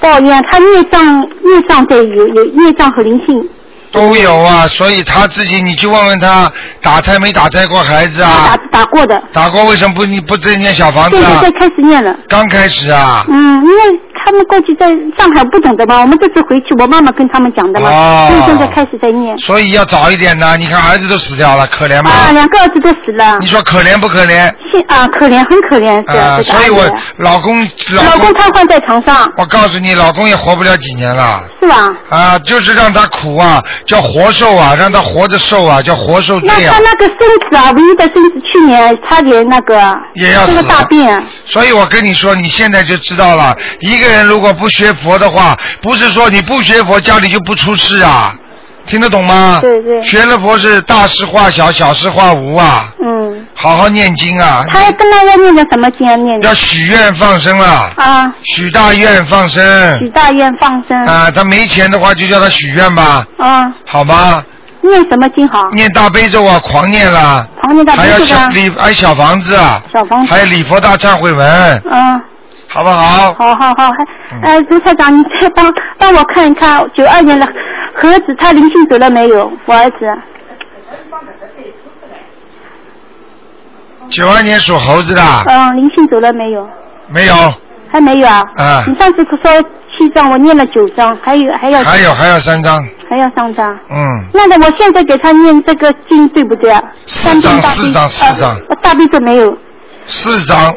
Speaker 4: 抱怨他孽障孽障对有有孽障和灵性，
Speaker 1: 都有啊，所以他自己，你去问问他打胎没打胎过孩子
Speaker 4: 打
Speaker 1: 啊？
Speaker 4: 打过的，
Speaker 1: 打过为什么不你不再念小房子
Speaker 4: 现在
Speaker 1: 啊
Speaker 4: 在？开始念了。
Speaker 1: 刚开始啊，
Speaker 4: 嗯，因为他们过去在上海不懂的嘛，我们这次回去，我妈妈跟他们讲的嘛，
Speaker 1: 哦
Speaker 4: 所以现在开始在念。
Speaker 1: 所以要早一点呐、你看儿子都死掉了，可怜
Speaker 4: 啊，
Speaker 1: 吧？
Speaker 4: 两个儿子都死了
Speaker 1: 你，说可怜不可怜？
Speaker 4: 是啊，可怜，很可怜，是
Speaker 1: 啊、
Speaker 4: 啊，这个
Speaker 1: 所以
Speaker 4: 阿姨
Speaker 1: 我
Speaker 4: 啊
Speaker 1: 老公
Speaker 4: 老
Speaker 1: 老
Speaker 4: 公
Speaker 1: 公，
Speaker 4: 瘫痪在床上，
Speaker 1: 我告诉你，老公也活不了几年了。
Speaker 4: 是吧？
Speaker 1: 啊，就是让他苦啊，叫活受啊，让他活着受啊，叫活受罪
Speaker 4: 那
Speaker 1: 啊
Speaker 4: 他。那个孙子啊，唯一的孙子去年差点那个
Speaker 1: 也要
Speaker 4: 生
Speaker 1: 死啊
Speaker 4: 了大病，
Speaker 1: 所以我跟你说，你现在就知道了。一个人如果不学佛的话，不是说你不学佛家里就不出事啊，听得懂吗？
Speaker 4: 对对
Speaker 1: 学了佛是大事化小，小事化无啊，
Speaker 4: 嗯，
Speaker 1: 好好念经啊，
Speaker 4: 他跟他要念的什么经啊？念的
Speaker 1: 要许愿放生啊，
Speaker 4: 啊，
Speaker 1: 许大愿放
Speaker 4: 许
Speaker 1: 生。
Speaker 4: 大愿放生
Speaker 1: 啊，他没钱的话就叫他许愿吧，
Speaker 4: 啊，
Speaker 1: 好吗？
Speaker 4: 念什么经好？
Speaker 1: 念大悲咒啊，狂念啦，
Speaker 4: 旁边的
Speaker 1: 还
Speaker 4: 不
Speaker 1: 要
Speaker 4: 是
Speaker 1: 小
Speaker 4: 吧？嗯
Speaker 1: 礼还小房子啊，
Speaker 4: 小房子
Speaker 1: 还，有礼佛大忏悔文，
Speaker 4: 嗯。
Speaker 1: 好不好？
Speaker 4: 好好好，
Speaker 1: 嗯
Speaker 4: 呃，卢台长，你再帮帮我看一看，九二年的何子他灵性走了没有？我儿子，
Speaker 1: 九二年属猴子的
Speaker 4: 嗯，灵性走了没有？
Speaker 1: 没有？
Speaker 4: 还没有啊。
Speaker 1: 啊
Speaker 4: 你上次不说七张，我念了九张，还有还要
Speaker 1: 还有还有三张，
Speaker 4: 还要上张。
Speaker 1: 嗯，
Speaker 4: 那个，我现在给他念这个经对不对啊？
Speaker 1: 四张
Speaker 4: 三大悲
Speaker 1: 四张四张
Speaker 4: 呃我大悲咒没有，
Speaker 1: 四张，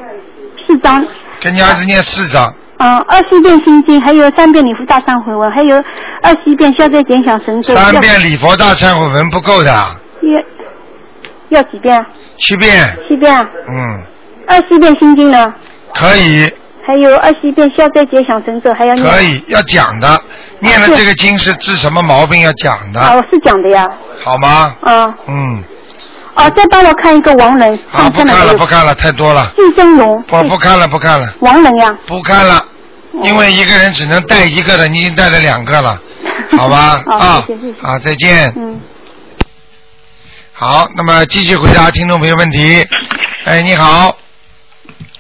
Speaker 4: 四张。
Speaker 1: 跟你儿子念四张，
Speaker 4: 嗯，二十一遍心经，还有三遍礼佛大忏悔文，还有二十一遍消灾减享神咒。
Speaker 1: 三遍礼佛大忏悔文不够的，
Speaker 4: 要。要要几遍啊？
Speaker 1: 七遍，
Speaker 4: 七遍啊。
Speaker 1: 嗯，
Speaker 4: 二十一遍心经呢，
Speaker 1: 可以
Speaker 4: 还有二十一遍消灾解想神咒，还要念。
Speaker 1: 可以，要讲的，念了这个经是治什么毛病要讲
Speaker 4: 啊，
Speaker 1: 的，
Speaker 4: 我是讲的呀，
Speaker 1: 好吗？
Speaker 4: 啊，
Speaker 1: 嗯，
Speaker 4: 哦，再帮我看一个亡人，
Speaker 1: 好，
Speaker 4: 上
Speaker 1: 啊不
Speaker 4: 天
Speaker 1: 看
Speaker 4: 没
Speaker 1: 了
Speaker 4: 有
Speaker 1: 不？看了，太多了，
Speaker 4: 季峥嵘，
Speaker 1: 不不看了不看了
Speaker 4: 亡人呀，？
Speaker 1: 不看了，因为一个人只能带一个的，你已经带了两个了，好吧
Speaker 4: 啊，
Speaker 1: 啊
Speaker 4: 谢谢谢谢，
Speaker 1: 啊，再见。
Speaker 4: 嗯，
Speaker 1: 好，那么继续回答听众朋友问题。哎，你好，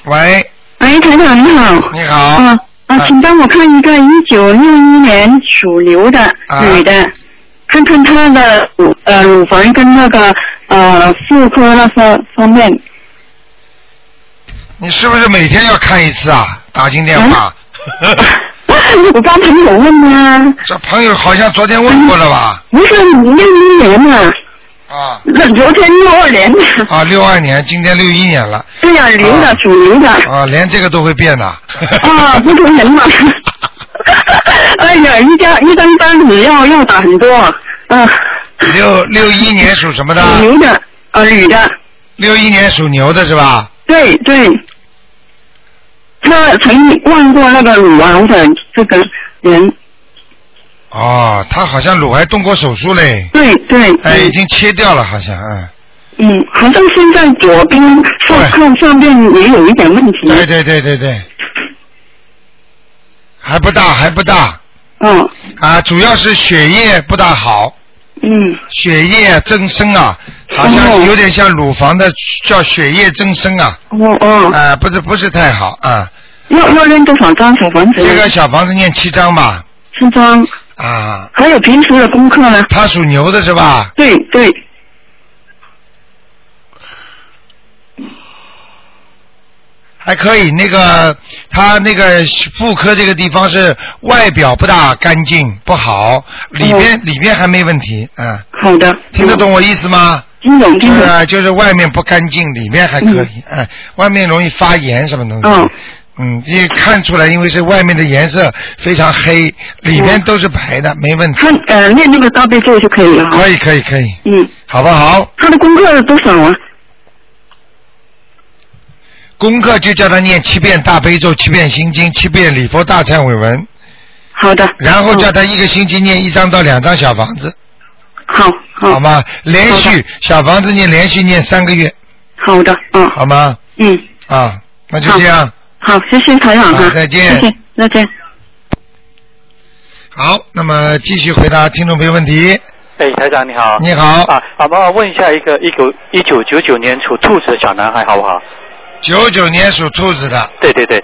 Speaker 1: 喂，
Speaker 7: 喂，哎台长你好。
Speaker 1: 你好，
Speaker 7: 啊啊，请帮我看一个一九六一年属牛的、
Speaker 1: 啊
Speaker 7: 女的，看看她的乳呃乳房跟那个呃妇科那方方 面。
Speaker 1: 你是不是每天要看一次啊？打进电话，
Speaker 7: 嗯我刚才有问啊，
Speaker 1: 这朋友好像昨天问过了吧？
Speaker 7: 不是你六一年嘛？
Speaker 1: 啊
Speaker 7: 那昨天六二年的。
Speaker 1: 啊，六二年，今天六一年了，
Speaker 7: 对呀、牛
Speaker 1: 啊
Speaker 7: 的属牛的。
Speaker 1: 啊，连这个都会变的。
Speaker 7: 啊，不同 人嘛。哎呀，一张一张单子要要打很多，嗯、
Speaker 1: 六六一年属什么的？
Speaker 7: 属牛的，呃，女的。
Speaker 1: 六一年属牛的是吧？
Speaker 7: 对对，他曾问过那个乳癌的这个人，
Speaker 1: 哦，他好像乳癌动过手术嘞，
Speaker 7: 对对，
Speaker 1: 哎，已经切掉了，好像，嗯，
Speaker 7: 嗯，好像现在左边上
Speaker 1: 对
Speaker 7: 看上面也有一点问题，
Speaker 1: 对对对对对，还不大，还不大，
Speaker 7: 嗯
Speaker 1: 啊，主要是血液不大好，
Speaker 7: 嗯
Speaker 1: 血液增生啊，好像
Speaker 7: 哦
Speaker 1: 有点像乳房的叫血液增生啊，
Speaker 7: 哦哦，
Speaker 1: 啊，不是不是太好啊。
Speaker 7: 要要练多少张小房子？
Speaker 1: 这个小房子念七章吧，
Speaker 7: 四张，
Speaker 1: 啊，
Speaker 7: 还有平时的功课呢？
Speaker 1: 他属牛的是吧？
Speaker 7: 对对，
Speaker 1: 还可以，那个他那个妇科这个地方是外表不大干净不好，里边、里边还没问题，啊，
Speaker 7: 好的，
Speaker 1: 听得懂我意思吗？
Speaker 7: 金
Speaker 4: 嗯
Speaker 7: 融
Speaker 1: 就
Speaker 7: 金
Speaker 1: 是
Speaker 7: 融。
Speaker 1: 啊就是外面不干净，里面还可以，哎、外面容易发炎什么东西。
Speaker 7: 嗯
Speaker 1: 嗯，也看出来，因为是外面的颜色非常黑，里面都是白的，没问题。
Speaker 7: 他呃念那个大悲咒就可以了哈
Speaker 1: 可。以，可以，可以，
Speaker 7: 嗯，
Speaker 1: 好不好？
Speaker 7: 他的功课是多少啊？
Speaker 1: 功课就叫他念七遍大悲咒、七遍心经、七遍礼佛大忏悔文，
Speaker 7: 好的。哦
Speaker 1: 然后叫他一个星期念一张到两张小房子，
Speaker 7: 嗯好
Speaker 1: 好
Speaker 7: 好
Speaker 1: 吗？连续小房子念连续念三个月，
Speaker 7: 好的，嗯
Speaker 1: 好吗？
Speaker 7: 嗯，
Speaker 1: 啊，那就这样。
Speaker 7: 好，谢谢台长
Speaker 1: 好
Speaker 7: 哈，
Speaker 1: 再见
Speaker 7: 谢谢，再见。
Speaker 1: 好，那么继续回答听众朋友问题。
Speaker 8: 哎，台长你好。
Speaker 1: 你好，
Speaker 8: 啊，好，麻烦问一下一个一九一九九九年属兔子的小男孩好不好？
Speaker 1: 九九年属兔子的，
Speaker 8: 对对对，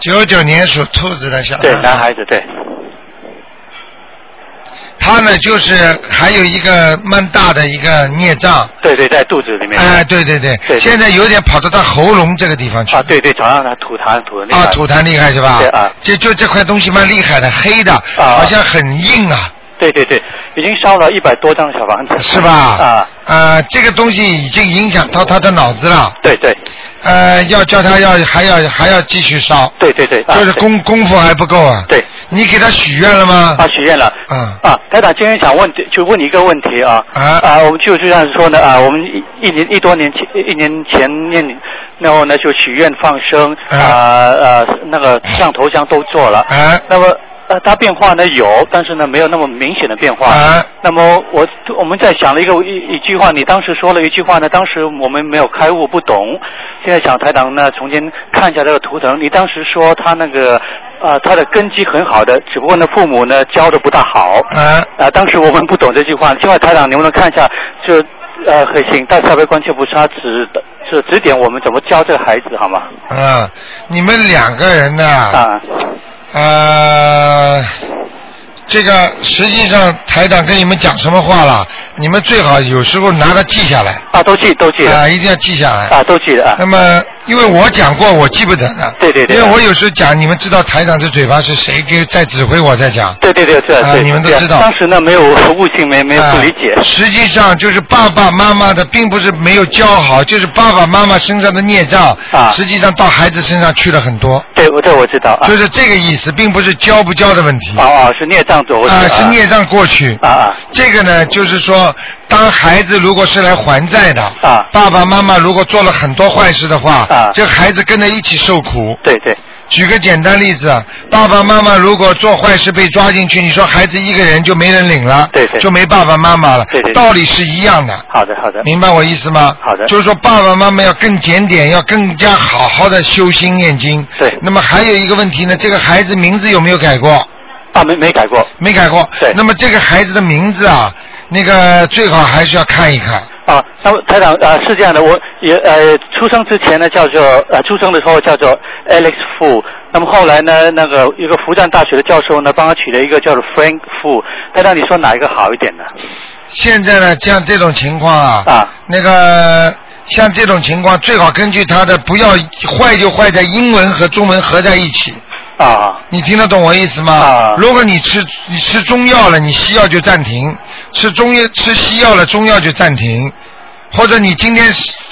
Speaker 1: 九九年属兔子的小
Speaker 8: 对
Speaker 1: 男
Speaker 8: 男
Speaker 1: 孩，
Speaker 8: 孩子对，
Speaker 1: 他呢就是还有一个蛮大的一个孽障，
Speaker 8: 对对在肚子里面。
Speaker 1: 哎，对对对，
Speaker 8: 对
Speaker 1: 现在有点跑到他喉咙这个地方去
Speaker 8: 啊，对对，早上他吐痰吐的那
Speaker 1: 啊，
Speaker 8: 个
Speaker 1: 吐痰厉害是吧？
Speaker 8: 对啊
Speaker 1: 就就这块东西蛮厉害的，黑的，好像很硬啊，
Speaker 8: 对对对，已经烧了一百多张小房子。
Speaker 1: 是吧？
Speaker 8: 啊，
Speaker 1: 呃，这个东西已经影响到他的脑子了，
Speaker 8: 对对
Speaker 1: 呃，要叫他要还要还要继续烧，
Speaker 8: 对对对，啊
Speaker 1: 就是功功夫还不够啊。
Speaker 8: 对对
Speaker 1: 你给他许愿了吗？
Speaker 8: 啊，许愿了。
Speaker 1: 啊
Speaker 8: 啊，台长今天想问，就问你一个问题啊。
Speaker 1: 啊
Speaker 8: 啊，我们就这样说呢啊，我们一一年一多年前一年前念，然后呢就许愿放生
Speaker 1: 啊
Speaker 8: 啊呃那个上头香都做了，
Speaker 1: 啊
Speaker 8: 那么呃它变化呢有，但是呢没有那么明显的变化。
Speaker 1: 啊！
Speaker 8: 那么我我们在想了一个一一句话，你当时说了一句话呢，当时我们没有开悟，不懂。现在想台长呢重新看一下这个图腾，你当时说他那个呃他的根基很好的，只不过呢父母呢教的不大好。
Speaker 1: 啊
Speaker 8: 啊、当时我们不懂这句话，请问台长能不能看一下，就呃，很请大慈悲观世菩萨指指指点我们怎么教这个孩子好吗？
Speaker 1: 啊！你们两个人呢？
Speaker 8: 啊，
Speaker 1: 呃，这个实际上台长跟你们讲什么话了，你们最好有时候拿它记下来，
Speaker 8: 啊，都记都记
Speaker 1: 啊、
Speaker 8: 得，
Speaker 1: 一定要记下来。
Speaker 8: 啊，都记得啊
Speaker 1: 那，么，因为我讲过，我记不得的。
Speaker 8: 对对对
Speaker 1: 因为我有时候讲，你们知道台长这嘴巴是谁给在指挥我在讲。
Speaker 8: 对对对，是
Speaker 1: 啊
Speaker 8: 对，
Speaker 1: 你们都
Speaker 8: 对
Speaker 1: 知道
Speaker 8: 当时呢没有悟性，没没有不理解
Speaker 1: 啊，实际上就是爸爸妈妈的，并不是没有教好，就是爸爸妈妈身上的孽障，
Speaker 8: 啊
Speaker 1: 实际上到孩子身上去了很多，
Speaker 8: 对，我这我知道啊，
Speaker 1: 就是这个意思，并不是教不教的问题，
Speaker 8: 哦哦，是孽障走，我知道
Speaker 1: 啊是孽障过去。
Speaker 8: 啊啊
Speaker 1: 这个呢，就是说，当孩子如果是来还债的，
Speaker 8: 啊
Speaker 1: 爸爸妈妈如果做了很多坏事的话，
Speaker 8: 啊
Speaker 1: 这孩子跟着一起受苦。
Speaker 8: 对对
Speaker 1: 举个简单例子，啊爸爸妈妈如果做坏事被抓进去，你说孩子一个人就没人领了，
Speaker 8: 对对
Speaker 1: 就没爸爸妈妈了，
Speaker 8: 对对对
Speaker 1: 道理是一样的。
Speaker 8: 好的好的，
Speaker 1: 明白我意思吗？
Speaker 8: 好的
Speaker 1: 就是说，爸爸妈妈要更检点，要更加好好的修心念经。
Speaker 8: 对
Speaker 1: 那么还有一个问题呢，这个孩子名字有没有改过？
Speaker 8: 啊没没改过
Speaker 1: 没改过。
Speaker 8: 对
Speaker 1: 那么这个孩子的名字啊，那个最好还是要看一看。
Speaker 8: 啊，那么台长啊是这样的，我也呃出生之前呢叫做呃出生的时候叫做 Alex Fu，那么后来呢那个一个复旦大学的教授呢帮他取了一个叫做 Frank Fu，台长你说哪一个好一点呢？
Speaker 1: 现在呢，像这种情况啊，
Speaker 8: 啊
Speaker 1: 那个像这种情况，最好根据他的不要坏就坏在英文和中文合在一起。
Speaker 8: 啊
Speaker 1: 你听得懂我意思吗？
Speaker 8: 啊
Speaker 1: 如果你吃你吃中药了，你西药就暂停；吃中药吃西药了，中药就暂停。或者你今天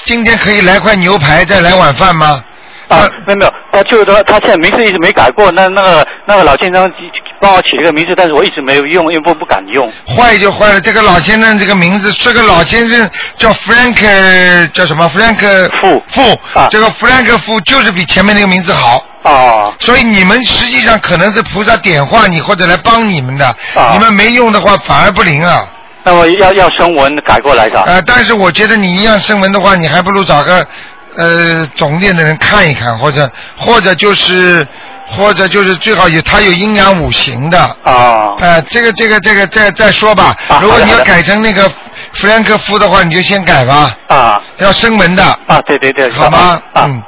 Speaker 1: 今天可以来块牛排，再来碗饭吗？
Speaker 8: 啊
Speaker 1: 嗯
Speaker 8: 没有没有，他就是说他现在名字一直没改过，那那个那个老先生帮我起了个名字，但是我一直没有用，因为不不敢用。
Speaker 1: 坏就坏了，这个老先生这个名字，这个老先生叫 Frank，叫什么 Frank
Speaker 8: 富
Speaker 1: 富、
Speaker 8: 啊
Speaker 1: 这个 Frank 富就是比前面那个名字好，
Speaker 8: 啊
Speaker 1: 所以你们实际上可能是菩萨点化你或者来帮你们的，
Speaker 8: 啊
Speaker 1: 你们没用的话反而不灵啊。
Speaker 8: 那么要要声纹改过来的。
Speaker 1: 呃，但是我觉得你一样声纹的话，你还不如找个呃总店的人看一看，或者或者就是或者就是最好有他有阴阳五行的。
Speaker 8: 啊
Speaker 1: 呃，这个这个这个再再说吧
Speaker 8: 啊。
Speaker 1: 如果你
Speaker 8: 好的好
Speaker 1: 要
Speaker 8: 的
Speaker 1: 改成那个弗兰克夫的话，你就先改吧，
Speaker 8: 啊
Speaker 1: 要声纹的，
Speaker 8: 啊！对对对，
Speaker 1: 嗯好吗？
Speaker 8: 啊
Speaker 1: 嗯，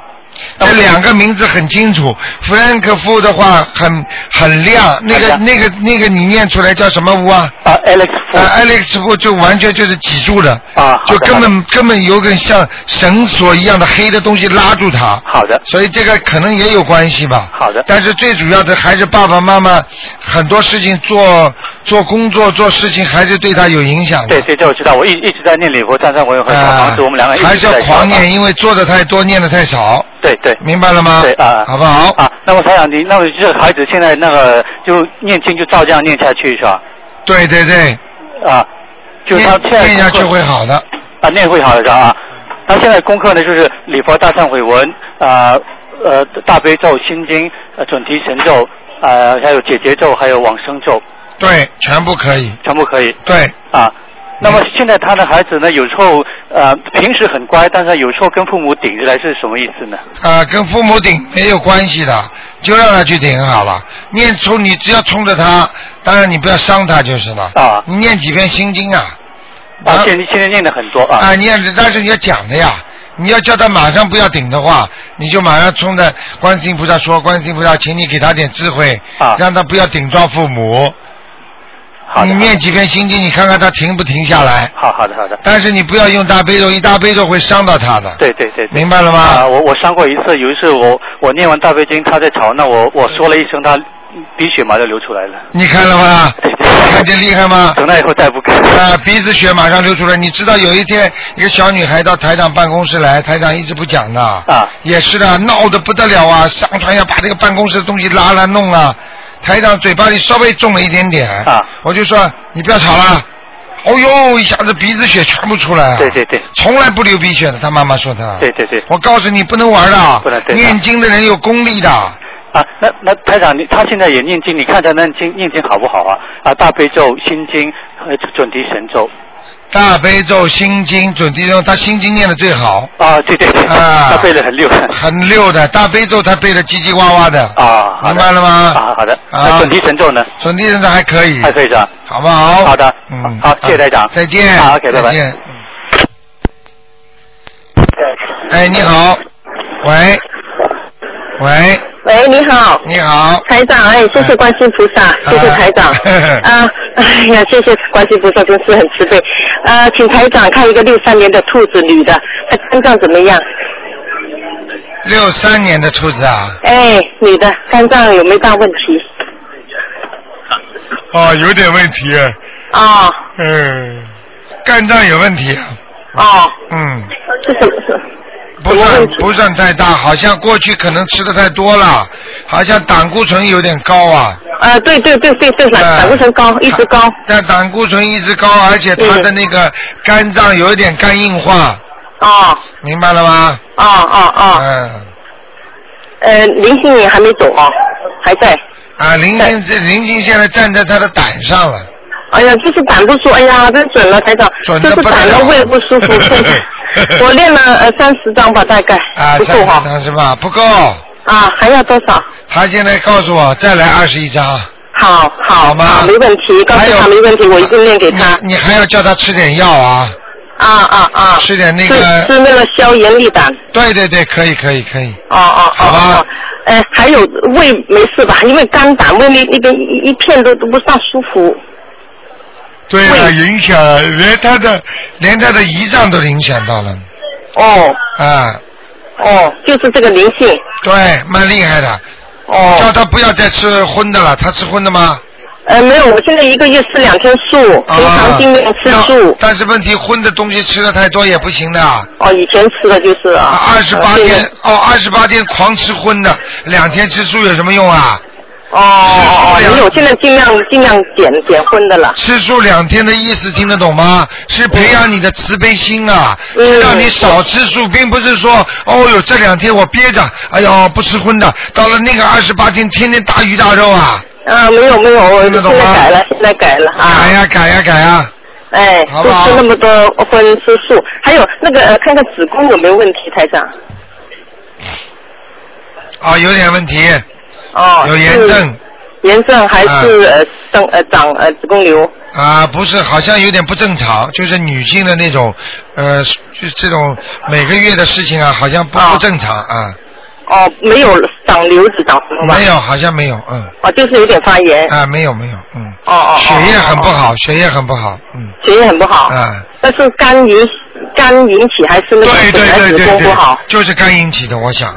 Speaker 1: 那两个名字很清楚，弗兰克夫的话很很亮，那个那个那个你念出来叫什么屋啊？
Speaker 8: 啊，Alex
Speaker 1: 啊，Alex 夫就完全就是挤住了，
Speaker 8: 啊，
Speaker 1: 就根
Speaker 8: 好
Speaker 1: 本根本有根像绳索一样的黑的东西拉住他，
Speaker 8: 的好的
Speaker 1: 所以这个可能也有关系吧。
Speaker 8: 好的
Speaker 1: 但是最主要的还是爸爸妈妈很多事情做做工作做事情还是对他有影响的。
Speaker 8: 对对，这我知道，我一一直在念礼佛赞赞，我有和小房子，我们两个一
Speaker 1: 嗯啊还
Speaker 8: 直
Speaker 1: 是要
Speaker 8: 在
Speaker 1: 狂
Speaker 8: 念。
Speaker 1: 念，因嗯为做的太多，念的太少，
Speaker 8: 对对。
Speaker 1: 明白了吗？
Speaker 8: 对啊
Speaker 1: 好不好？
Speaker 8: 啊，那么台长，你那么这个孩子现在那个就念经就照这样念下去是吧？
Speaker 1: 对对对，
Speaker 8: 啊，就他
Speaker 1: 念
Speaker 8: 现在
Speaker 1: 念下去
Speaker 8: 功课
Speaker 1: 会好的。
Speaker 8: 啊，念会好的是吧啊。他现在功课呢就是礼佛大忏悔文啊呃大悲咒心经呃准提神咒呃还有解结咒还有往生咒
Speaker 1: 对，全部可以。
Speaker 8: 全部可以
Speaker 1: 对，
Speaker 8: 啊。那么现在他的孩子呢，有时候呃平时很乖，但是有时候跟父母顶起来是什么意思呢？
Speaker 1: 啊，跟父母顶没有关系的，就让他去顶好了。念冲你只要冲着他，当然你不要伤他就是了。
Speaker 8: 啊
Speaker 1: 你念几遍心经啊？
Speaker 8: 啊，现现在念的很多啊
Speaker 1: 啊，你要但是你要讲的呀，你要叫他马上不要顶的话，你就马上冲着观世音菩萨说：“观世音菩萨，请你给他点智慧，
Speaker 8: 啊
Speaker 1: 让他不要顶撞父母。
Speaker 8: 好
Speaker 1: 你
Speaker 8: 的，
Speaker 1: 念几遍心经，你看看他停不停下来。
Speaker 8: 好好的好的，
Speaker 1: 但是你不要用大悲咒，一大悲咒会伤到他的。，
Speaker 8: 对对对对。
Speaker 1: 明白了吗？
Speaker 8: 啊，我我伤过一次，有一次我我念完大悲经，他在吵，那我我说了一声，他鼻血马上流出来了。
Speaker 1: 你看了 吧？
Speaker 8: 对对
Speaker 1: 看见厉害吗？
Speaker 8: 从那以后再不敢。
Speaker 1: 啊，鼻子血马上流出来。你知道有一天，一个小女孩到台长办公室来，台长一直不讲的。
Speaker 8: 啊
Speaker 1: 也是的，闹得不得了啊！上传要把这个办公室的东西拉来弄啊。台长嘴巴里稍微重了一点点。
Speaker 8: 啊
Speaker 1: 我就说你不要吵了。哦呦，一下子鼻子血全部出来啊！
Speaker 8: 对对对
Speaker 1: 从来不流鼻血的，他妈妈说他。
Speaker 8: 对对对
Speaker 1: 我告诉你，不能玩的。
Speaker 8: 不能对的
Speaker 1: 念经的人有功力的。
Speaker 8: 啊，那那台长，你他现在也念经，你看他那经念经好不好啊？啊，大悲咒、心经、呃准提神咒
Speaker 1: 大悲咒、心经、准提咒，他心经念的最好，
Speaker 8: 啊，对对对，
Speaker 1: 啊
Speaker 8: 他背得 很溜。
Speaker 1: 很溜的。大悲咒他背的叽叽哇哇的，
Speaker 8: 啊，好的
Speaker 1: 明白了吗？
Speaker 8: 啊，好的。
Speaker 1: 啊嗯
Speaker 8: 那准提神咒呢？
Speaker 1: 准提神咒还可以，
Speaker 8: 还可以是吧？
Speaker 1: 好不好？
Speaker 8: 好的
Speaker 1: 嗯，
Speaker 8: 好谢谢台长
Speaker 1: 再见。
Speaker 8: 好，OK，拜拜
Speaker 1: 再见。哎，你好，喂，喂，
Speaker 9: 喂，你好，
Speaker 1: 你好，
Speaker 9: 台长，哎，谢谢观世音菩萨，谢谢台 长，啊，哎呀，谢谢观世音菩萨，真是很慈悲。呃，请台长看一个六三年的兔子女的，她肝脏怎么样？
Speaker 1: 六三年的兔子啊，
Speaker 9: 哎，女的肝脏有没有大问题？
Speaker 1: 哦，有点问题，
Speaker 9: 哦
Speaker 1: 嗯，肝脏有问题，啊
Speaker 9: 哦，
Speaker 1: 嗯。
Speaker 9: 是什么是？
Speaker 1: 不算不算太大，好像过去可能吃的太多了，好像胆固醇有点高啊。
Speaker 9: 呃，对对对对对，胆
Speaker 1: 呃
Speaker 9: 胆固醇高，一直高。
Speaker 1: 但胆固醇一直高，而且他
Speaker 8: 嗯
Speaker 1: 的那个肝脏有一点肝硬化，
Speaker 9: 哦
Speaker 1: 明白了吗？
Speaker 9: 哦哦哦，
Speaker 1: 嗯。
Speaker 9: 呃，林性也还没走哦，还在。
Speaker 1: 啊，林星这林星现在站在他的胆上了，
Speaker 9: 哎呀，就是胆不舒，哎呀，真准了，台长，
Speaker 1: 准
Speaker 9: 就
Speaker 1: 得
Speaker 9: 是
Speaker 1: 不得
Speaker 9: 胆
Speaker 1: 了
Speaker 9: 的胃不舒服。 我练了呃三十张吧，大概
Speaker 1: 啊，
Speaker 9: 不
Speaker 1: 三
Speaker 9: 够
Speaker 1: 十
Speaker 9: 哈。
Speaker 1: 张是吧？不够，
Speaker 9: 啊，还要多少？
Speaker 1: 他现在告诉我再来二十一张，
Speaker 9: 好好
Speaker 1: 好吗？
Speaker 9: 没问题，告
Speaker 1: 还
Speaker 9: 诉
Speaker 1: 有嗯
Speaker 9: 他没问题，我一定练给他。
Speaker 1: 你你还要叫他吃点药啊？
Speaker 9: 啊啊啊！
Speaker 1: 吃点那个
Speaker 9: 吃吃那个消炎利胆。
Speaker 1: 对对对，可以可以可以。
Speaker 9: 哦哦哦
Speaker 1: 好吧
Speaker 9: 哦。呃，还有胃没事吧？因为肝胆胃那那边一一片都都不大舒服。
Speaker 1: 对啊，影响了连他的连他的胰脏都影响到了
Speaker 9: 哦
Speaker 1: 啊，
Speaker 9: 哦，就是这个灵性。
Speaker 1: 对，蛮厉害的。叫
Speaker 9: 哦。
Speaker 1: 他不要再吃荤的了，他吃荤的吗？
Speaker 9: 呃，没有，我现在一个月吃两天素，
Speaker 1: 啊
Speaker 9: 平常尽量吃素
Speaker 1: 要。但是问题荤的东西吃的太多也不行的。啊，
Speaker 9: 哦，以前吃的就是啊。
Speaker 1: 二十八
Speaker 9: 呃
Speaker 1: 天哦，二十八天狂吃荤的，两天吃素有什么用啊？
Speaker 9: 哦哦哦，
Speaker 1: 哎
Speaker 9: 没有，现在尽量尽量减减荤的了。
Speaker 1: 吃素两天的意思听得懂吗？是培养你的慈悲心啊，
Speaker 9: 嗯
Speaker 1: 是让你少吃素，并不是说哦哟这两天我憋着，哎呦不吃荤的，到了那个二十八天天天大鱼大肉啊，
Speaker 9: 啊，没有没有，我
Speaker 1: 听
Speaker 9: 现
Speaker 1: 得
Speaker 9: 在
Speaker 1: 懂吗哎
Speaker 9: 改了，现在改了啊。
Speaker 1: 改呀改呀改呀，
Speaker 9: 哎，
Speaker 1: 好
Speaker 9: 不
Speaker 1: 不好
Speaker 9: 吃那么多荤吃素，还有那个呃，看看子宫有没有问题，台长。
Speaker 1: 啊有点问题，
Speaker 9: 哦，
Speaker 1: 有炎
Speaker 9: 是
Speaker 1: 症。
Speaker 9: 炎症还是
Speaker 1: 哎
Speaker 9: 呃生呃长呃子宫瘤？
Speaker 1: 啊，不是，好像有点不正常，就是女性的那种，呃，就是这种每个月的事情啊，好像不、
Speaker 9: 啊
Speaker 1: 不正常啊。
Speaker 5: 哦，没有长瘤子长什么吧？
Speaker 1: 没有，好像没有，嗯。
Speaker 5: 哦，就是有点发炎。
Speaker 1: 啊，没有没有，嗯。
Speaker 5: 哦哦。
Speaker 1: 血液很不好，血液很不好，嗯。
Speaker 5: 血液很不好。
Speaker 1: 啊。
Speaker 5: 那是肝引肝引起还是那个
Speaker 1: 对
Speaker 5: 本来
Speaker 1: 对对
Speaker 5: 子
Speaker 1: 对
Speaker 5: 宫不
Speaker 1: 对
Speaker 5: 好？，
Speaker 1: 就是肝引起的，我想。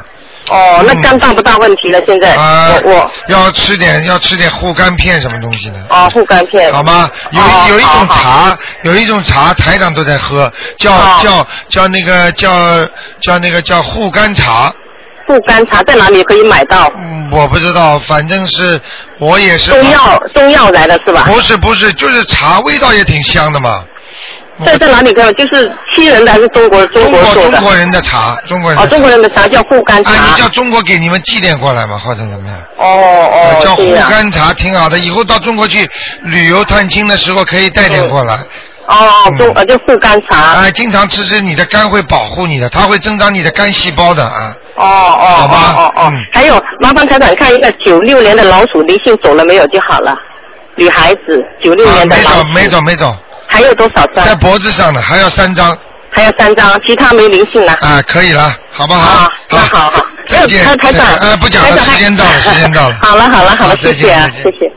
Speaker 5: 哦，那
Speaker 1: 嗯
Speaker 5: 肝大不大问题了？现在
Speaker 1: 啊
Speaker 5: 我我。
Speaker 1: 要吃点要吃点护肝片什么东西的，
Speaker 5: 哦，护肝片。
Speaker 1: 好吗？有
Speaker 5: 哦
Speaker 1: 一有一
Speaker 5: 好
Speaker 1: 种
Speaker 5: 好
Speaker 1: 茶，有一种茶，台长都在喝，叫
Speaker 5: 哦
Speaker 1: 叫叫那个叫叫那个叫护肝茶。
Speaker 5: 护肝茶在哪里可以买到？
Speaker 1: 嗯，我不知道，反正是我也是。
Speaker 5: 中药中药来的是吧？
Speaker 1: 不是不是，就是茶味道也挺香的嘛。
Speaker 5: 在在哪里可以？就是西人的还是中国中
Speaker 1: 中
Speaker 5: 国
Speaker 1: 国
Speaker 5: 做
Speaker 1: 中
Speaker 5: 的？
Speaker 1: 国人的茶，中国人
Speaker 5: 哦，
Speaker 1: 的茶。
Speaker 5: 中国人的茶叫护肝茶。
Speaker 1: 啊，你叫中国给你们寄点过来嘛，或者怎么样？
Speaker 5: 哦哦，
Speaker 1: 叫护
Speaker 5: 这样
Speaker 1: 肝茶挺好的，以后到中国去旅游探亲的时候可以带点过来。
Speaker 5: 哦，中
Speaker 1: 嗯
Speaker 5: 呃就护肝茶。
Speaker 1: 哎，经常吃吃，你的肝会保护你的，它会增长你的肝细胞的啊。
Speaker 5: 哦哦
Speaker 1: 好吧
Speaker 5: 哦哦
Speaker 1: 嗯，
Speaker 5: 哦还有麻烦台长看一个九六年的老鼠灵性走了没有就好了，女孩子九六
Speaker 1: 啊，
Speaker 5: 年的
Speaker 1: 没
Speaker 5: 老
Speaker 1: 走
Speaker 5: 鼠，
Speaker 1: 没走没走，
Speaker 5: 还有多少
Speaker 1: 在
Speaker 5: 张？
Speaker 1: 脖子上的还要三张
Speaker 5: 还有三张，其他没灵性了。
Speaker 1: 啊，可以了，好不好
Speaker 5: 啊？那好好，
Speaker 1: 再见
Speaker 5: 还有台长
Speaker 1: 再见，哎不讲了
Speaker 5: 台长
Speaker 1: 时间到了时间到了
Speaker 5: 好了好了好
Speaker 1: 好
Speaker 5: 了，
Speaker 1: 再
Speaker 5: 谢
Speaker 1: 见
Speaker 5: 谢啊
Speaker 1: 再，见
Speaker 5: 谢谢。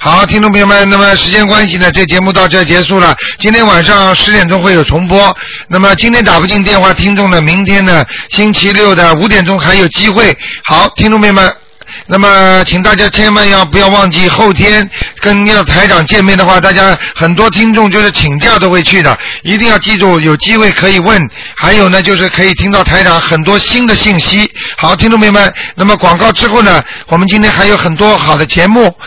Speaker 1: 好，听众朋友们，那么时间关系呢，这节目到这儿结束了。今天晚上十点钟会有重播。那么今天打不进电话，听众呢，明天呢，星期六的五点钟还有机会。好，听众朋友们。那么，请大家千万要不要忘记，后天跟廖台长见面的话，大家很多听众就是请假都会去的，一定要记住，有机会可以问。还有呢，就是可以听到台长很多新的信息。好，听众朋友们，那么广告之后呢，我们今天还有很多好的节目。